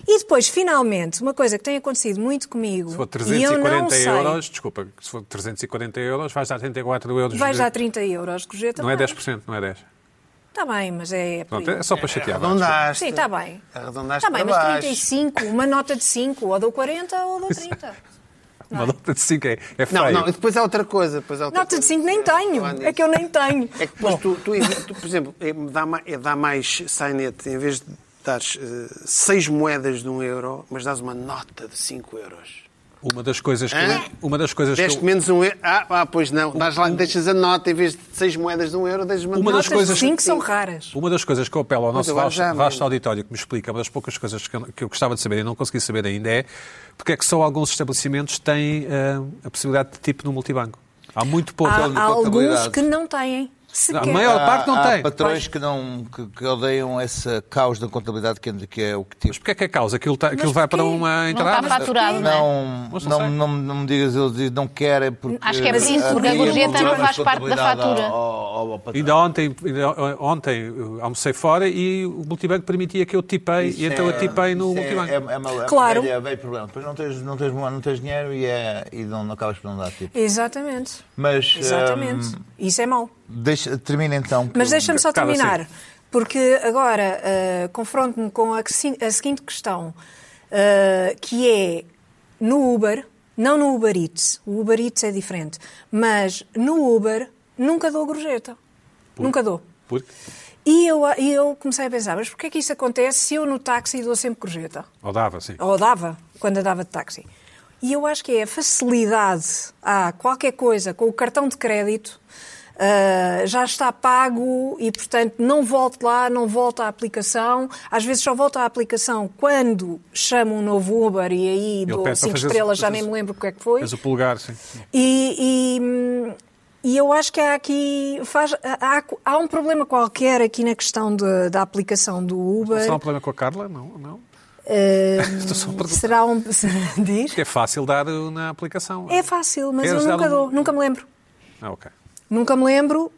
Speaker 3: E depois, finalmente, uma coisa que tem acontecido muito comigo.
Speaker 1: Se for
Speaker 3: e eu não
Speaker 1: 340
Speaker 3: sei,
Speaker 1: euros, desculpa, se for 340 euros, vais dar 34 euros.
Speaker 3: Vais dar 30 euros, gorjeta.
Speaker 1: Não é 10%, não é 10%.
Speaker 3: Está bem, mas é. por aí.
Speaker 1: Pronto, é só para chatear. vá,
Speaker 2: Arredondaste.
Speaker 3: Sim, está bem.
Speaker 2: Arredondaste
Speaker 3: Está bem,
Speaker 2: para
Speaker 3: mas
Speaker 2: baixo.
Speaker 3: 35, uma nota de 5, ou dou 40 ou dou 30.
Speaker 1: Uma nota de 5 é, é feio.
Speaker 2: Não, não, e depois há outra coisa. Depois há outra
Speaker 3: Nota de
Speaker 2: coisa.
Speaker 3: 5 nem tenho.
Speaker 2: Falar nisso.
Speaker 3: É que eu nem tenho.
Speaker 2: É que depois tu, tu, em- tu, por exemplo, eh, dá, ma- eh, dá mais sainete, em vez de dares eh, seis moedas de um euro, mas dás uma nota de cinco euros.
Speaker 1: Uma das coisas que
Speaker 2: Hã?
Speaker 1: eu, uma das coisas que eu-
Speaker 2: Deste menos um euro. Ah, ah, pois não. Dás lá, deixas a nota, em vez de seis moedas de um euro, deixas uma
Speaker 1: Uma das
Speaker 2: nota
Speaker 3: Notas
Speaker 2: de
Speaker 1: coisas-
Speaker 3: de
Speaker 2: cinco.
Speaker 3: 5 são raras.
Speaker 1: Uma das coisas que eu apelo ao nosso
Speaker 2: agora
Speaker 1: vasto,
Speaker 2: já, mas-
Speaker 1: vasto auditório que me explica, uma das poucas coisas que eu, que eu gostava de saber e não consegui saber ainda é porque é que só alguns estabelecimentos têm ah, a possibilidade de tipo no multibanco. Há muito pouco.
Speaker 5: Há-
Speaker 3: Há, há alguns
Speaker 5: contabilidade.
Speaker 3: que não têm. Sequer.
Speaker 1: a maior parte não
Speaker 5: há
Speaker 1: tem.
Speaker 5: patrões que, não, que, que odeiam essa caos da contabilidade que, é- que é o que
Speaker 1: Mas
Speaker 5: tipo.
Speaker 1: porque é que é causa? Aquilo, tá- aquilo vai para
Speaker 3: porquê?
Speaker 1: uma
Speaker 4: Não está
Speaker 1: entrada.
Speaker 4: faturado, não é?
Speaker 5: Não,
Speaker 1: Mas não
Speaker 5: não, não, não me digas, eles dizem, não querem porque...
Speaker 4: Acho que é
Speaker 5: por
Speaker 4: por
Speaker 3: isso, porque a gorjeta não
Speaker 4: faz parte da fatura.
Speaker 1: Ainda ontem, ainda ontem eu almocei fora e o multibanco permitia que eu tipei e então eu tipei no multibanco.
Speaker 5: É, é, é, uma- é
Speaker 3: Claro.
Speaker 5: claro. velho problema. Depois não tens, não tens, não tens dinheiro e, é, e não, não acabas por não dar tipo.
Speaker 3: Exatamente.
Speaker 5: Mas
Speaker 3: Exatamente.
Speaker 5: hum,
Speaker 3: Isso é mau.
Speaker 5: deixa, termina então. que
Speaker 3: Mas
Speaker 5: eu-
Speaker 3: deixa-me só
Speaker 1: Acaba
Speaker 3: terminar,
Speaker 1: assim.
Speaker 3: porque agora ah, confronto-me com a, que si- a seguinte questão, ah, que é no Uber, não no Uber Eats, o Uber Eats é diferente, mas no Uber nunca dou gorjeta. Nunca dou.
Speaker 1: Porque
Speaker 3: E eu, e eu comecei a pensar, mas porquê é que isso acontece se eu no táxi dou sempre gorjeta?
Speaker 1: ou dava, sim.
Speaker 3: Ou dava, quando andava de táxi. E eu acho que é a facilidade a qualquer coisa com o cartão de crédito ah, já está pago e, portanto, não volto lá, não volto à aplicação. Às vezes só volto à aplicação quando chamo um novo Uber e aí dou
Speaker 1: pede para
Speaker 3: 5
Speaker 1: fazeres-
Speaker 3: estrelas, já nem
Speaker 1: fazeres-
Speaker 3: me lembro o que é que foi.
Speaker 1: Mas o polegar, sim.
Speaker 3: E, e, hum, e eu acho que há aqui faz, há, há um problema qualquer aqui na questão de- da aplicação do Uber.
Speaker 1: Será um problema com a Carla? Não, não.
Speaker 3: Eh,
Speaker 1: Estou só a perguntar. [laughs]
Speaker 3: será um. [laughs] Diz?
Speaker 1: Porque é fácil dar uh, na aplicação.
Speaker 3: É fácil, mas
Speaker 1: Queres
Speaker 3: eu
Speaker 1: dar
Speaker 3: nunca
Speaker 1: um-
Speaker 3: dou, nunca me lembro.
Speaker 1: Ah, ok.
Speaker 3: Nunca me lembro.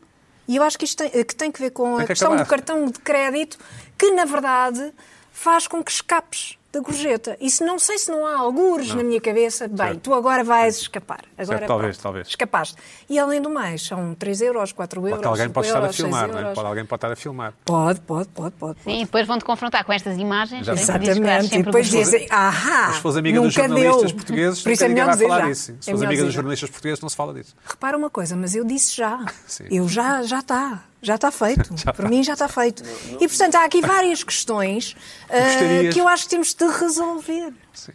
Speaker 3: E eu acho que isto tem, que tem que ver com
Speaker 1: Tem
Speaker 3: a
Speaker 1: que
Speaker 3: questão do
Speaker 1: acabar.
Speaker 3: cartão de crédito, que na verdade faz com que escapes da gorjeta. E se não sei se não há algures na minha cabeça, bem,
Speaker 1: Certo.
Speaker 3: tu agora vais escapar. Agora,
Speaker 1: Certo, talvez,
Speaker 3: pronto,
Speaker 1: talvez.
Speaker 3: Escapaste. E além do mais, são 3 euros, 4 euros.
Speaker 1: Porque alguém
Speaker 3: cinco
Speaker 1: pode estar a
Speaker 3: euros, seis
Speaker 1: filmar, não é?
Speaker 3: euros. Ah,
Speaker 1: Pode, alguém pode estar a filmar.
Speaker 3: Pode, pode, pode, pode.
Speaker 4: Sim, e depois vão-te confrontar com estas imagens.
Speaker 1: Já
Speaker 4: em que dizes que dás
Speaker 3: Exatamente.
Speaker 4: sempre
Speaker 3: E depois
Speaker 4: gostoso.
Speaker 3: dizem, ahá,
Speaker 1: Mas se fosse amiga dos
Speaker 3: nunca
Speaker 1: jornalistas
Speaker 3: deu.
Speaker 1: portugueses,
Speaker 3: Por isso é
Speaker 1: nunca ninguém
Speaker 3: melhor
Speaker 1: vai
Speaker 3: dizer
Speaker 1: falar
Speaker 3: já.
Speaker 1: disso. Se
Speaker 3: É
Speaker 1: fosse
Speaker 3: melhor
Speaker 1: amiga dos
Speaker 3: dizer já.
Speaker 1: jornalistas portugueses, não se fala disso.
Speaker 3: Repara uma coisa, mas eu disse já.
Speaker 1: [laughs] Sim. tá.
Speaker 3: Eu já já está. Já está feito. Por mim já está feito. E portanto há aqui várias questões ah,
Speaker 1: Gostarias?
Speaker 3: que eu acho que temos de resolver.
Speaker 1: Sim.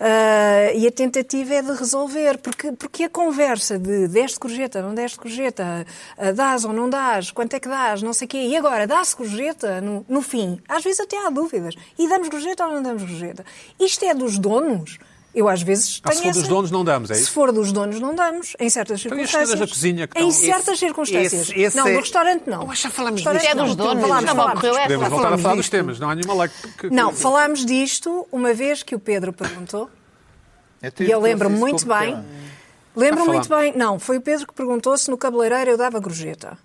Speaker 3: Ah, e a tentativa é de resolver, porque, porque a conversa de deste gorjeta, não deste gorjeta, ah, dás ou não dás, quanto é que dás, não sei o quê, e agora dá-se gorjeta no, no fim, às vezes até há dúvidas. E damos gorjeta ou não damos gorjeta? Isto é dos donos? Eu às vezes
Speaker 1: Ah, se
Speaker 3: tenho
Speaker 1: for dos
Speaker 3: essa-
Speaker 1: donos, não damos, é isso?
Speaker 3: Se for dos donos, não damos, em certas
Speaker 1: Então, e as
Speaker 3: circunstâncias.
Speaker 1: senhoras da cozinha que
Speaker 3: Em
Speaker 1: estão-
Speaker 3: certas
Speaker 2: Esse-
Speaker 3: circunstâncias.
Speaker 2: esse- esse
Speaker 3: não,
Speaker 2: é-
Speaker 3: no rrestaurante não.
Speaker 2: Oh, já falámos
Speaker 3: Restaurante
Speaker 2: disso.
Speaker 4: É dos
Speaker 3: não.
Speaker 4: donos,
Speaker 3: Falámos,
Speaker 4: não me
Speaker 3: falámos.
Speaker 4: ocorreu essa.
Speaker 1: Podemos
Speaker 4: Já
Speaker 1: voltar a falar dos
Speaker 2: falámos disto.
Speaker 1: temas, não há nenhuma lei que- que-
Speaker 3: É, Não,
Speaker 1: que-
Speaker 3: falámos disto uma vez que o Pedro perguntou.
Speaker 5: É ter-
Speaker 3: E eu lembro-me
Speaker 5: ter-
Speaker 3: muito
Speaker 5: ter-
Speaker 3: bem. Lembro-me
Speaker 1: Já
Speaker 3: muito bem. Não, foi o Pedro que perguntou se no cabeleireiro eu dava gorjeta.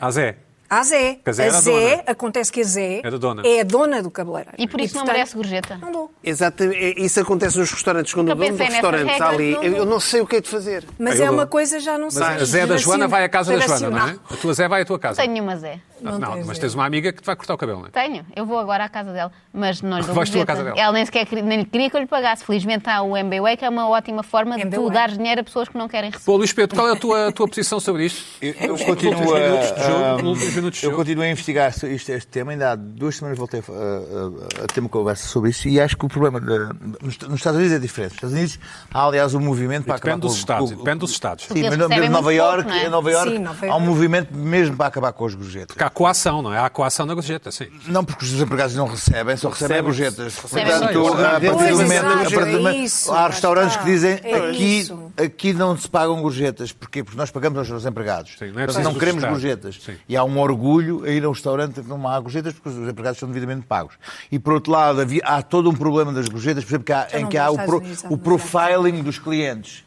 Speaker 1: Ah, Zé,
Speaker 3: À Zé.
Speaker 1: Que a Zé
Speaker 3: a
Speaker 1: era a
Speaker 3: Zé,
Speaker 1: dona.
Speaker 3: acontece que a Zé
Speaker 1: Era dona.
Speaker 3: é a dona do cabeleireiro.
Speaker 4: E por isso não
Speaker 3: portanto,
Speaker 4: merece gorjeta.
Speaker 3: Não dou.
Speaker 2: Exatamente. é, Isso acontece nos restaurantes. Quando o
Speaker 4: Nunca
Speaker 2: dono do
Speaker 4: pensei nessa
Speaker 2: restaurante está
Speaker 4: regra,
Speaker 2: ali,
Speaker 4: não-
Speaker 2: eu eu não sei o que é de fazer.
Speaker 3: Mas
Speaker 1: Eu
Speaker 3: é
Speaker 1: dou.
Speaker 3: uma coisa já não
Speaker 1: Mas
Speaker 3: sei.
Speaker 1: a Zé da Joana vai à casa da Joana, não
Speaker 3: geracional.
Speaker 1: é? A tua Zé vai à tua casa.
Speaker 4: Tenho nenhuma Zé.
Speaker 1: Não,
Speaker 3: Não tens
Speaker 1: mas
Speaker 3: Zé.
Speaker 1: tens uma amiga que te vai cortar o cabelo, não é?
Speaker 4: Tenho, eu vou agora à casa dela, mas não lhe dou
Speaker 1: Vais tu à
Speaker 4: gorjeta.
Speaker 1: casa dela?
Speaker 4: Ela nem sequer queria, nem lhe queria que eu lhe pagasse. Felizmente há o MBWay, que é uma ótima forma de tu
Speaker 3: MBWay.
Speaker 4: dares dinheiro a pessoas que não querem receber.
Speaker 1: Pô, Luís Pedro, qual é a tua, a tua posição sobre
Speaker 2: [laughs]
Speaker 1: isto?
Speaker 4: É
Speaker 5: Eu, eu
Speaker 1: Nos
Speaker 5: continuo
Speaker 1: últimos minutos de jogo,
Speaker 5: a,
Speaker 1: nos últimos minutos de
Speaker 5: eu
Speaker 1: jogo.
Speaker 5: continuo a investigar isto- isto- este tema. Ainda há duas semanas voltei a, a- a- a ter uma conversa sobre isto e acho que o problema da- nos, nos Estados Unidos é diferente. Nos Estados Unidos há, aliás, um movimento para
Speaker 1: Depende
Speaker 5: acabar
Speaker 1: dos
Speaker 5: com-
Speaker 1: estados,
Speaker 5: com-
Speaker 1: depende dos estados.
Speaker 5: Sim,
Speaker 4: Eles
Speaker 5: mas no- mas
Speaker 4: recebem
Speaker 5: em Nova
Speaker 4: muito pouco,
Speaker 5: York,
Speaker 4: não é?
Speaker 5: em Nova York
Speaker 3: Sim, Nova
Speaker 5: há um
Speaker 3: Iorque.
Speaker 5: movimento mesmo para acabar com as gorjetas.
Speaker 1: Porque há coação, não é? Há coação na gorjeta, sim.
Speaker 5: Não, porque os empregados não recebem, só recebem
Speaker 2: Recebem.
Speaker 5: gorjetas.
Speaker 1: Recebem. Recebem.
Speaker 5: Portanto, a partir do
Speaker 3: Pois,
Speaker 5: momento, a
Speaker 3: exato,
Speaker 5: partir do
Speaker 3: é
Speaker 5: momento-
Speaker 3: isso,
Speaker 5: há
Speaker 3: lá
Speaker 5: restaurantes
Speaker 3: está.
Speaker 5: que dizem
Speaker 3: É
Speaker 5: aqui,
Speaker 3: isso.
Speaker 5: aqui não se pagam gorjetas. Porquê? Porque nós pagamos aos nossos empregados.
Speaker 1: Sim, não é
Speaker 5: Portanto,
Speaker 1: preciso
Speaker 5: não queremos
Speaker 1: sustentar.
Speaker 5: gorjetas.
Speaker 1: Sim.
Speaker 5: E há um orgulho a ir a um restaurante que não há gorjetas porque os empregados são devidamente pagos. E por outro lado, havia- há todo um problema das gorjetas, por exemplo, que há-
Speaker 3: Eu
Speaker 5: em
Speaker 3: Então não
Speaker 5: que
Speaker 3: vou
Speaker 5: há
Speaker 3: aos
Speaker 5: o, pro-
Speaker 3: Estados Unidos, há
Speaker 5: o
Speaker 3: de mudar.
Speaker 5: profiling dos clientes.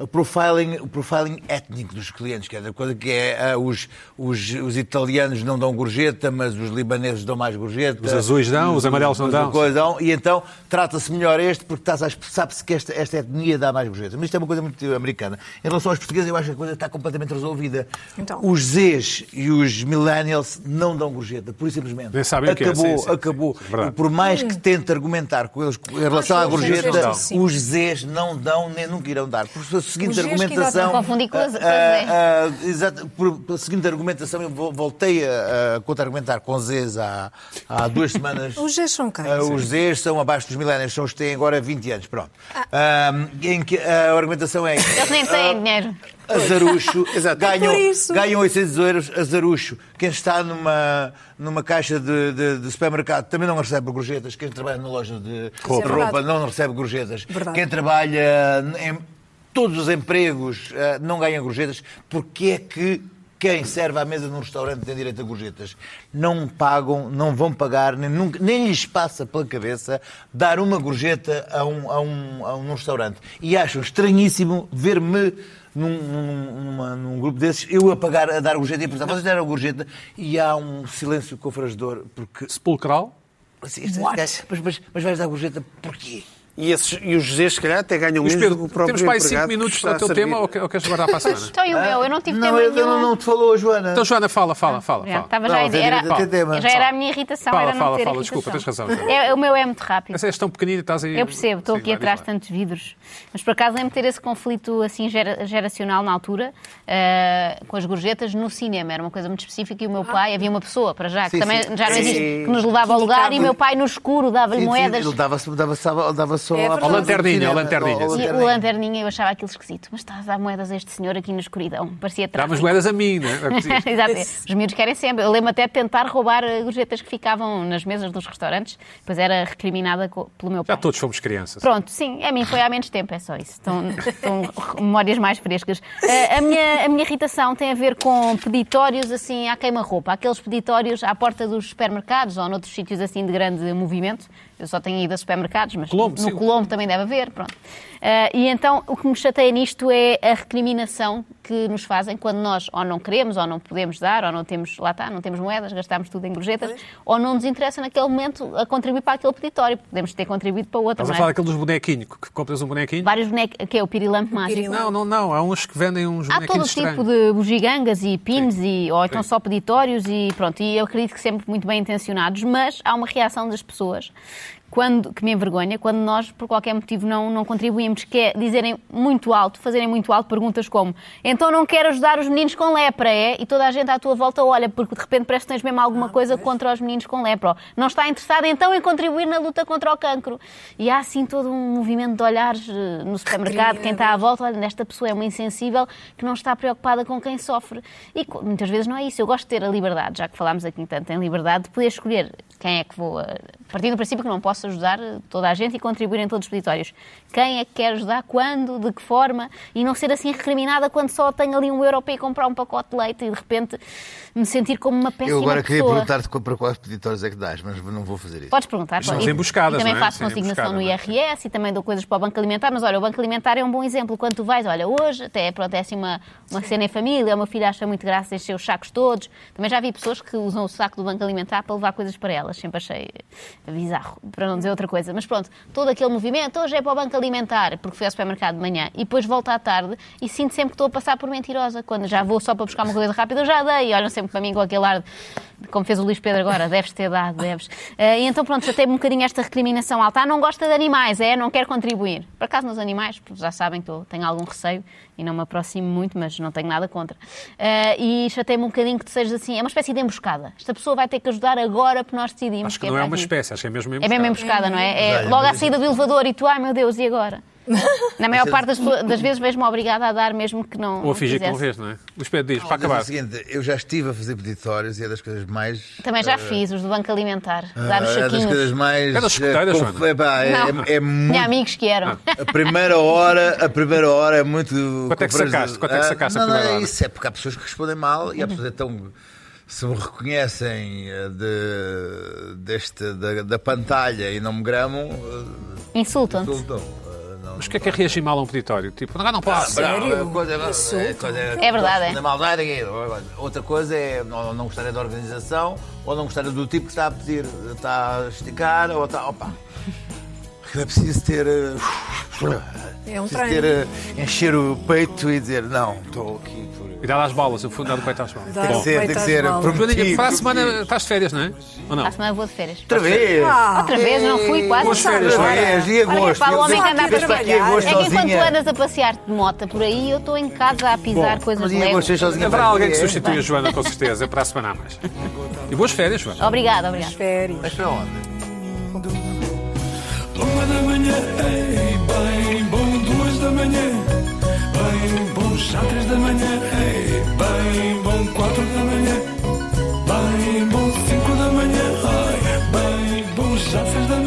Speaker 5: o profiling, o profiling étnico dos clientes, que é da coisa que é ah, os, os, os italianos não dão gorjeta, mas os libaneses dão mais gorjeta.
Speaker 1: Os azuis dão, os amarelos não
Speaker 5: Mas
Speaker 1: dão.
Speaker 5: a coisa dão, E então trata-se melhor este, porque estás a- sabe-se que esta, esta etnia dá mais gorjeta. Mas isto é uma coisa muito americana. Em relação aos portugueses, eu acho que a coisa está completamente resolvida.
Speaker 3: Então.
Speaker 5: Os Zs e os millennials não dão gorjeta, por simplesmente.
Speaker 1: Nem sabem o que é.
Speaker 5: acabou,
Speaker 1: Sim, sim, sim.
Speaker 5: acabou.
Speaker 1: Verdade.
Speaker 5: E por mais que tente argumentar com eles em relação à
Speaker 3: que Hum. os Zs
Speaker 5: gorjeta,
Speaker 3: não dão.
Speaker 5: os Zs não dão nem nunca irão dar. Por sua seguinte
Speaker 3: Os Zs que ainda
Speaker 5: argumentação.
Speaker 4: não confundi com as- com as
Speaker 5: ah,
Speaker 4: Zs.
Speaker 5: ah, ah, exato, por, pela seguinte argumentação, eu vo- voltei a, a contra-argumentar com Zs há, há duas semanas.
Speaker 3: [laughs] Os Zs são quem?
Speaker 5: Ah, os Zs são abaixo dos milénios, são os que têm agora 20 anos, pronto. Ah, em que a argumentação é
Speaker 4: Eles nem têm dinheiro.
Speaker 3: [laughs]
Speaker 5: Azarucho
Speaker 2: Exato.
Speaker 5: ganham,
Speaker 3: É Por isso.
Speaker 5: ganham 800 euros Azarucho. Quem está numa, numa caixa de, de- de supermercado também não recebe gorjetas. Quem trabalha na loja de
Speaker 3: Roupa.
Speaker 5: roupa,
Speaker 3: Isso é verdade.
Speaker 5: não recebe gorjetas.
Speaker 3: Verdade.
Speaker 5: Quem trabalha em todos os empregos ah, não ganha gorjetas. Porque é que quem serve à mesa num restaurante tem direito a gorjetas? Não pagam, não vão pagar, nem, nunca- nem lhes passa pela cabeça dar uma gorjeta a um, a um, a um restaurante. E acham estranhíssimo ver-me num, num- numa- num grupo desses, eu a pagar, a dar gorjeta e a perguntar, vocês deram gorjeta? E há um silêncio confrangedor, porque...
Speaker 1: Sepulcral.
Speaker 5: assim, estes
Speaker 3: What?
Speaker 5: gajos- mas, mas, mas vais dar gorjeta porquê?
Speaker 2: E, esses, e os Zs, se calhar, até ganham
Speaker 1: Luís
Speaker 2: menos
Speaker 1: Pedro,
Speaker 2: do que o próprio
Speaker 1: temos mais
Speaker 2: empregado
Speaker 1: 5
Speaker 2: que
Speaker 1: minutos para
Speaker 2: está a
Speaker 1: o teu
Speaker 2: servir.
Speaker 1: tema ou, que- ou queres guardar para a
Speaker 4: [laughs]
Speaker 1: semana?
Speaker 4: Então e o meu? Eu não tive
Speaker 5: Ah,
Speaker 4: tempo
Speaker 5: não, eu- eu não,
Speaker 4: nenhum.
Speaker 5: não te falou, Joana.
Speaker 1: Então, Joana, fala, fala, fala.
Speaker 4: Já,
Speaker 1: fala.
Speaker 4: estava já, a
Speaker 5: Não,
Speaker 4: dizer,
Speaker 5: havia
Speaker 4: era,
Speaker 5: de ter tema.
Speaker 4: já era a minha irritação.
Speaker 1: Fala,
Speaker 4: era não
Speaker 1: fala,
Speaker 4: ter
Speaker 1: fala,
Speaker 4: irritação.
Speaker 1: desculpa, tens razão, tens razão.
Speaker 4: É, o meu é muito rápido.
Speaker 1: Mas és tão pequenina, estás aí.
Speaker 4: Eu percebo, estou
Speaker 1: Sim,
Speaker 4: aqui
Speaker 1: vai,
Speaker 4: atrás de
Speaker 1: vai.
Speaker 4: tantos vidros. Mas por acaso lembro de ter esse conflito assim gera- geracional na altura, eh, com as gorjetas no cinema. Era uma coisa muito específica e o meu pai, havia uma pessoa para já, que
Speaker 5: Sim,
Speaker 4: também
Speaker 5: sim.
Speaker 4: já não
Speaker 2: Sim.
Speaker 4: existe, que nos levava ao lugar e o meu pai no escuro dava-lhe
Speaker 5: Sim, sim,
Speaker 4: moedas.
Speaker 5: Ele dava-se dava dava dava só
Speaker 3: É
Speaker 5: à
Speaker 3: verdade.
Speaker 5: porta do
Speaker 3: Ao
Speaker 1: lanterninha,
Speaker 5: cinema,
Speaker 1: ao lanterninha,
Speaker 5: ao- ao
Speaker 1: sim.
Speaker 4: E o
Speaker 5: lanterninha.
Speaker 4: lanterninha, eu achava aquilo esquisito. Mas estás a dar moedas a este senhor aqui na escuridão. Parecia
Speaker 1: Dá
Speaker 4: tráfico.
Speaker 1: umas moedas a mim, não é? é? o que diz.
Speaker 4: [laughs] Exato. Os miúdos querem sempre. Eu lembro até de tentar roubar eh, gorjetas que ficavam nas mesas dos restaurantes, pois era recriminada co- pelo meu pai.
Speaker 1: Já todos fomos crianças.
Speaker 4: Pronto, sim, a mim foi há menos tempo, é só isso. Estão, [laughs] estão memórias mais frescas. Eh, A minha, a minha irritação tem a ver com peditórios assim à queima-roupa. Aqueles peditórios à porta dos supermercados ou noutros sítios assim de grande movimento. Eu só tenho ido a supermercados, mas
Speaker 1: Colombo,
Speaker 4: no
Speaker 1: sim.
Speaker 4: Colombo também deve haver, pronto. Eh, e então o que me chateia nisto é a recriminação que nos fazem quando nós ou não queremos, ou não podemos dar, ou não temos, lá está, não temos moedas, gastamos tudo em gorjetas, ou não nos interessa naquele momento a contribuir para aquele peditório. Podemos ter contribuído para outro.
Speaker 1: Estás
Speaker 4: não
Speaker 1: a
Speaker 4: é?
Speaker 1: falar daquele dos bonequinhos, que compras um bonequinho.
Speaker 4: Vários bonecos, que é o pirilampo mágico.
Speaker 3: Pirilampo.
Speaker 1: Não, não, não. Há uns que vendem uns
Speaker 4: Há todo o
Speaker 1: bonequinhos
Speaker 4: tipo
Speaker 1: estranhos.
Speaker 4: de bugigangas e pins, e, ou então só peditórios, e pronto. E eu acredito que sempre muito bem intencionados, mas há uma reação das pessoas quando, que me envergonha quando nós, por qualquer motivo, não, não contribuímos, que é dizerem muito alto, fazerem muito alto perguntas como então não quero ajudar os meninos com lepra, é? E toda a gente à tua volta olha, porque de repente parece que tens mesmo alguma coisa contra os meninos com lepra. ou Não está interessado então em contribuir na luta contra o cancro. E há assim todo um movimento de olhares eh, no supermercado, quem está à volta, olha, esta pessoa é uma insensível que não está preocupada com quem sofre. E co- muitas vezes não é isso. Eu gosto de ter a liberdade, já que falámos aqui tanto em liberdade, de poder escolher quem é que vou. eh, Partindo do princípio que não posso ajudar eh, toda a gente e contribuir em todos os peditórios. Quem é que quer ajudar, quando, de que forma, e não ser assim recriminada quando só tenho ali um euro para ir comprar um pacote de leite e de repente me sentir como é uma péssima
Speaker 5: Eu agora queria
Speaker 4: pessoa.
Speaker 5: perguntar-te para quais peditórios é que dás, mas não vou fazer isso.
Speaker 4: Podes perguntar.
Speaker 1: Isto são
Speaker 4: pode.
Speaker 1: as
Speaker 4: E-
Speaker 1: emboscadas,
Speaker 4: e também
Speaker 1: não é?
Speaker 4: faço
Speaker 1: Isso é
Speaker 4: consignação no
Speaker 1: emboscada,
Speaker 4: IRS e também dou coisas para o Banco Alimentar, mas olha, o Banco Alimentar é um bom exemplo. Quando tu vais, olha, hoje até pronto, é assim uma, uma cena em família, o meu filho acha muito graça encher os sacos todos. Também já vi pessoas que usam o saco do Banco Alimentar para levar coisas para elas. Sempre achei eh, bizarro, para não dizer outra coisa. Mas pronto, todo aquele movimento, hoje é para o Banco Alimentar, porque fui ao supermercado de manhã, e depois volto à tarde e sinto sempre que estou a passar por mentirosa. Quando já vou só para buscar uma coisa rápida, eu já dei. E olham sempre para mim com aquele ar de como fez o Luís Pedro agora, deves ter dado, deves. Eh, e então, pronto, já teve um bocadinho esta recriminação alta. Ah, não gosta de animais, é? Não quer contribuir. Por acaso, nos animais, porque já sabem que eu tenho algum receio e não me aproximo muito, mas não tenho nada contra. Eh, e já me um bocadinho que tu sejas assim, é uma espécie de emboscada. Esta pessoa vai ter que ajudar agora porque nós decidimos.
Speaker 1: Acho que
Speaker 4: quem
Speaker 1: não é
Speaker 4: vai
Speaker 1: uma
Speaker 4: vir.
Speaker 1: espécie, acho que é mesmo
Speaker 4: É mesmo emboscada, não é? É
Speaker 5: Olha,
Speaker 4: logo à
Speaker 5: mas-
Speaker 4: saída do elevador e tu, ai meu Deus, e
Speaker 5: [laughs]
Speaker 4: agora? Na maior parte das, pessoas- das vezes vejo-me obrigada a dar mesmo que não.
Speaker 1: Ou a fingir que não
Speaker 4: quisesse.
Speaker 1: vês, não é? Luís Pedro diz, para
Speaker 5: Mas é
Speaker 4: assim.
Speaker 1: acabar.
Speaker 5: o seguinte, eu já estive a fazer peditórios e é das coisas mais
Speaker 4: Também já fiz, os do Banco Alimentar. Dar os
Speaker 5: É. Ah, É das coisas
Speaker 4: saquinhos.
Speaker 5: mais.
Speaker 1: É das escuteiras,
Speaker 5: eh,
Speaker 1: Joana.
Speaker 5: é, pá, é-
Speaker 4: Não.
Speaker 5: é- é muito. Ah.
Speaker 4: Tinha amigos que eram.
Speaker 5: A primeira hora, a primeira hora é muito.
Speaker 1: Quanto é que sacaste? Quanto é que sacaste a
Speaker 5: não,
Speaker 1: primeira
Speaker 5: não,
Speaker 1: hora?
Speaker 5: Isso é porque há pessoas que respondem mal e há pessoas então se me reconhecem eh, de, deste, da, da pantalha e não me gramam, eh,
Speaker 4: [laughs] Insultam-te.
Speaker 5: insultam. Eh, Não,
Speaker 1: Mas o que é que é reagir mal a um peditório? Tipo, não, não
Speaker 5: é
Speaker 1: posso.
Speaker 3: Sério?
Speaker 5: Ah, Bravo, coisa-
Speaker 3: Isso?
Speaker 5: é coisa-
Speaker 4: É verdade, é.
Speaker 5: Da maldade, é. Outra coisa é não, não gostaria da organização, ou não gostaria do tipo que está a pedir, está a esticar, ou está. Opa! É preciso ter. eh,
Speaker 3: É um
Speaker 5: preciso
Speaker 3: treino.
Speaker 5: ter, eh, encher o peito e dizer: Não, estou aqui por.
Speaker 1: E dá-lhe às balas, no fundo, dá-lhe peito às balas.
Speaker 3: Dá.
Speaker 1: Bom,
Speaker 5: Tem que ser, tem que ser.
Speaker 3: Peitas,
Speaker 5: prometido.
Speaker 1: Joaninha, para a semana estás de férias, não é? Ou não?
Speaker 4: À semana vou de férias.
Speaker 5: Outra vez!
Speaker 3: Ah,
Speaker 4: Outra vez, não fui quase.
Speaker 1: Boas
Speaker 4: Sabe,
Speaker 1: férias,
Speaker 4: olha.
Speaker 5: Férias, e
Speaker 4: Olha,
Speaker 5: agosto.
Speaker 4: pá, o homem que
Speaker 5: Eu
Speaker 4: anda a
Speaker 5: sei que
Speaker 3: trabalhar.
Speaker 5: aqui em agosto
Speaker 4: É que enquanto
Speaker 5: sozinha.
Speaker 4: tu andas a passear-te de mota por aí, eu estou em casa a pisar coisas
Speaker 5: Mas em agosto
Speaker 4: leves.
Speaker 5: sozinha.
Speaker 1: Haverá alguém que
Speaker 5: É.
Speaker 1: substitua a Joana, com certeza, para a semana a mais. E boas férias, Joana.
Speaker 4: Obrigada, obrigada.
Speaker 3: férias.
Speaker 5: Mas para onde?
Speaker 6: Uma da manhã, ei, bem bom, duas da manhã, bem bom, já três da manhã, ei, bem bom, quatro da manhã, bem bom, cinco da manhã, ai, bem bom, já seis da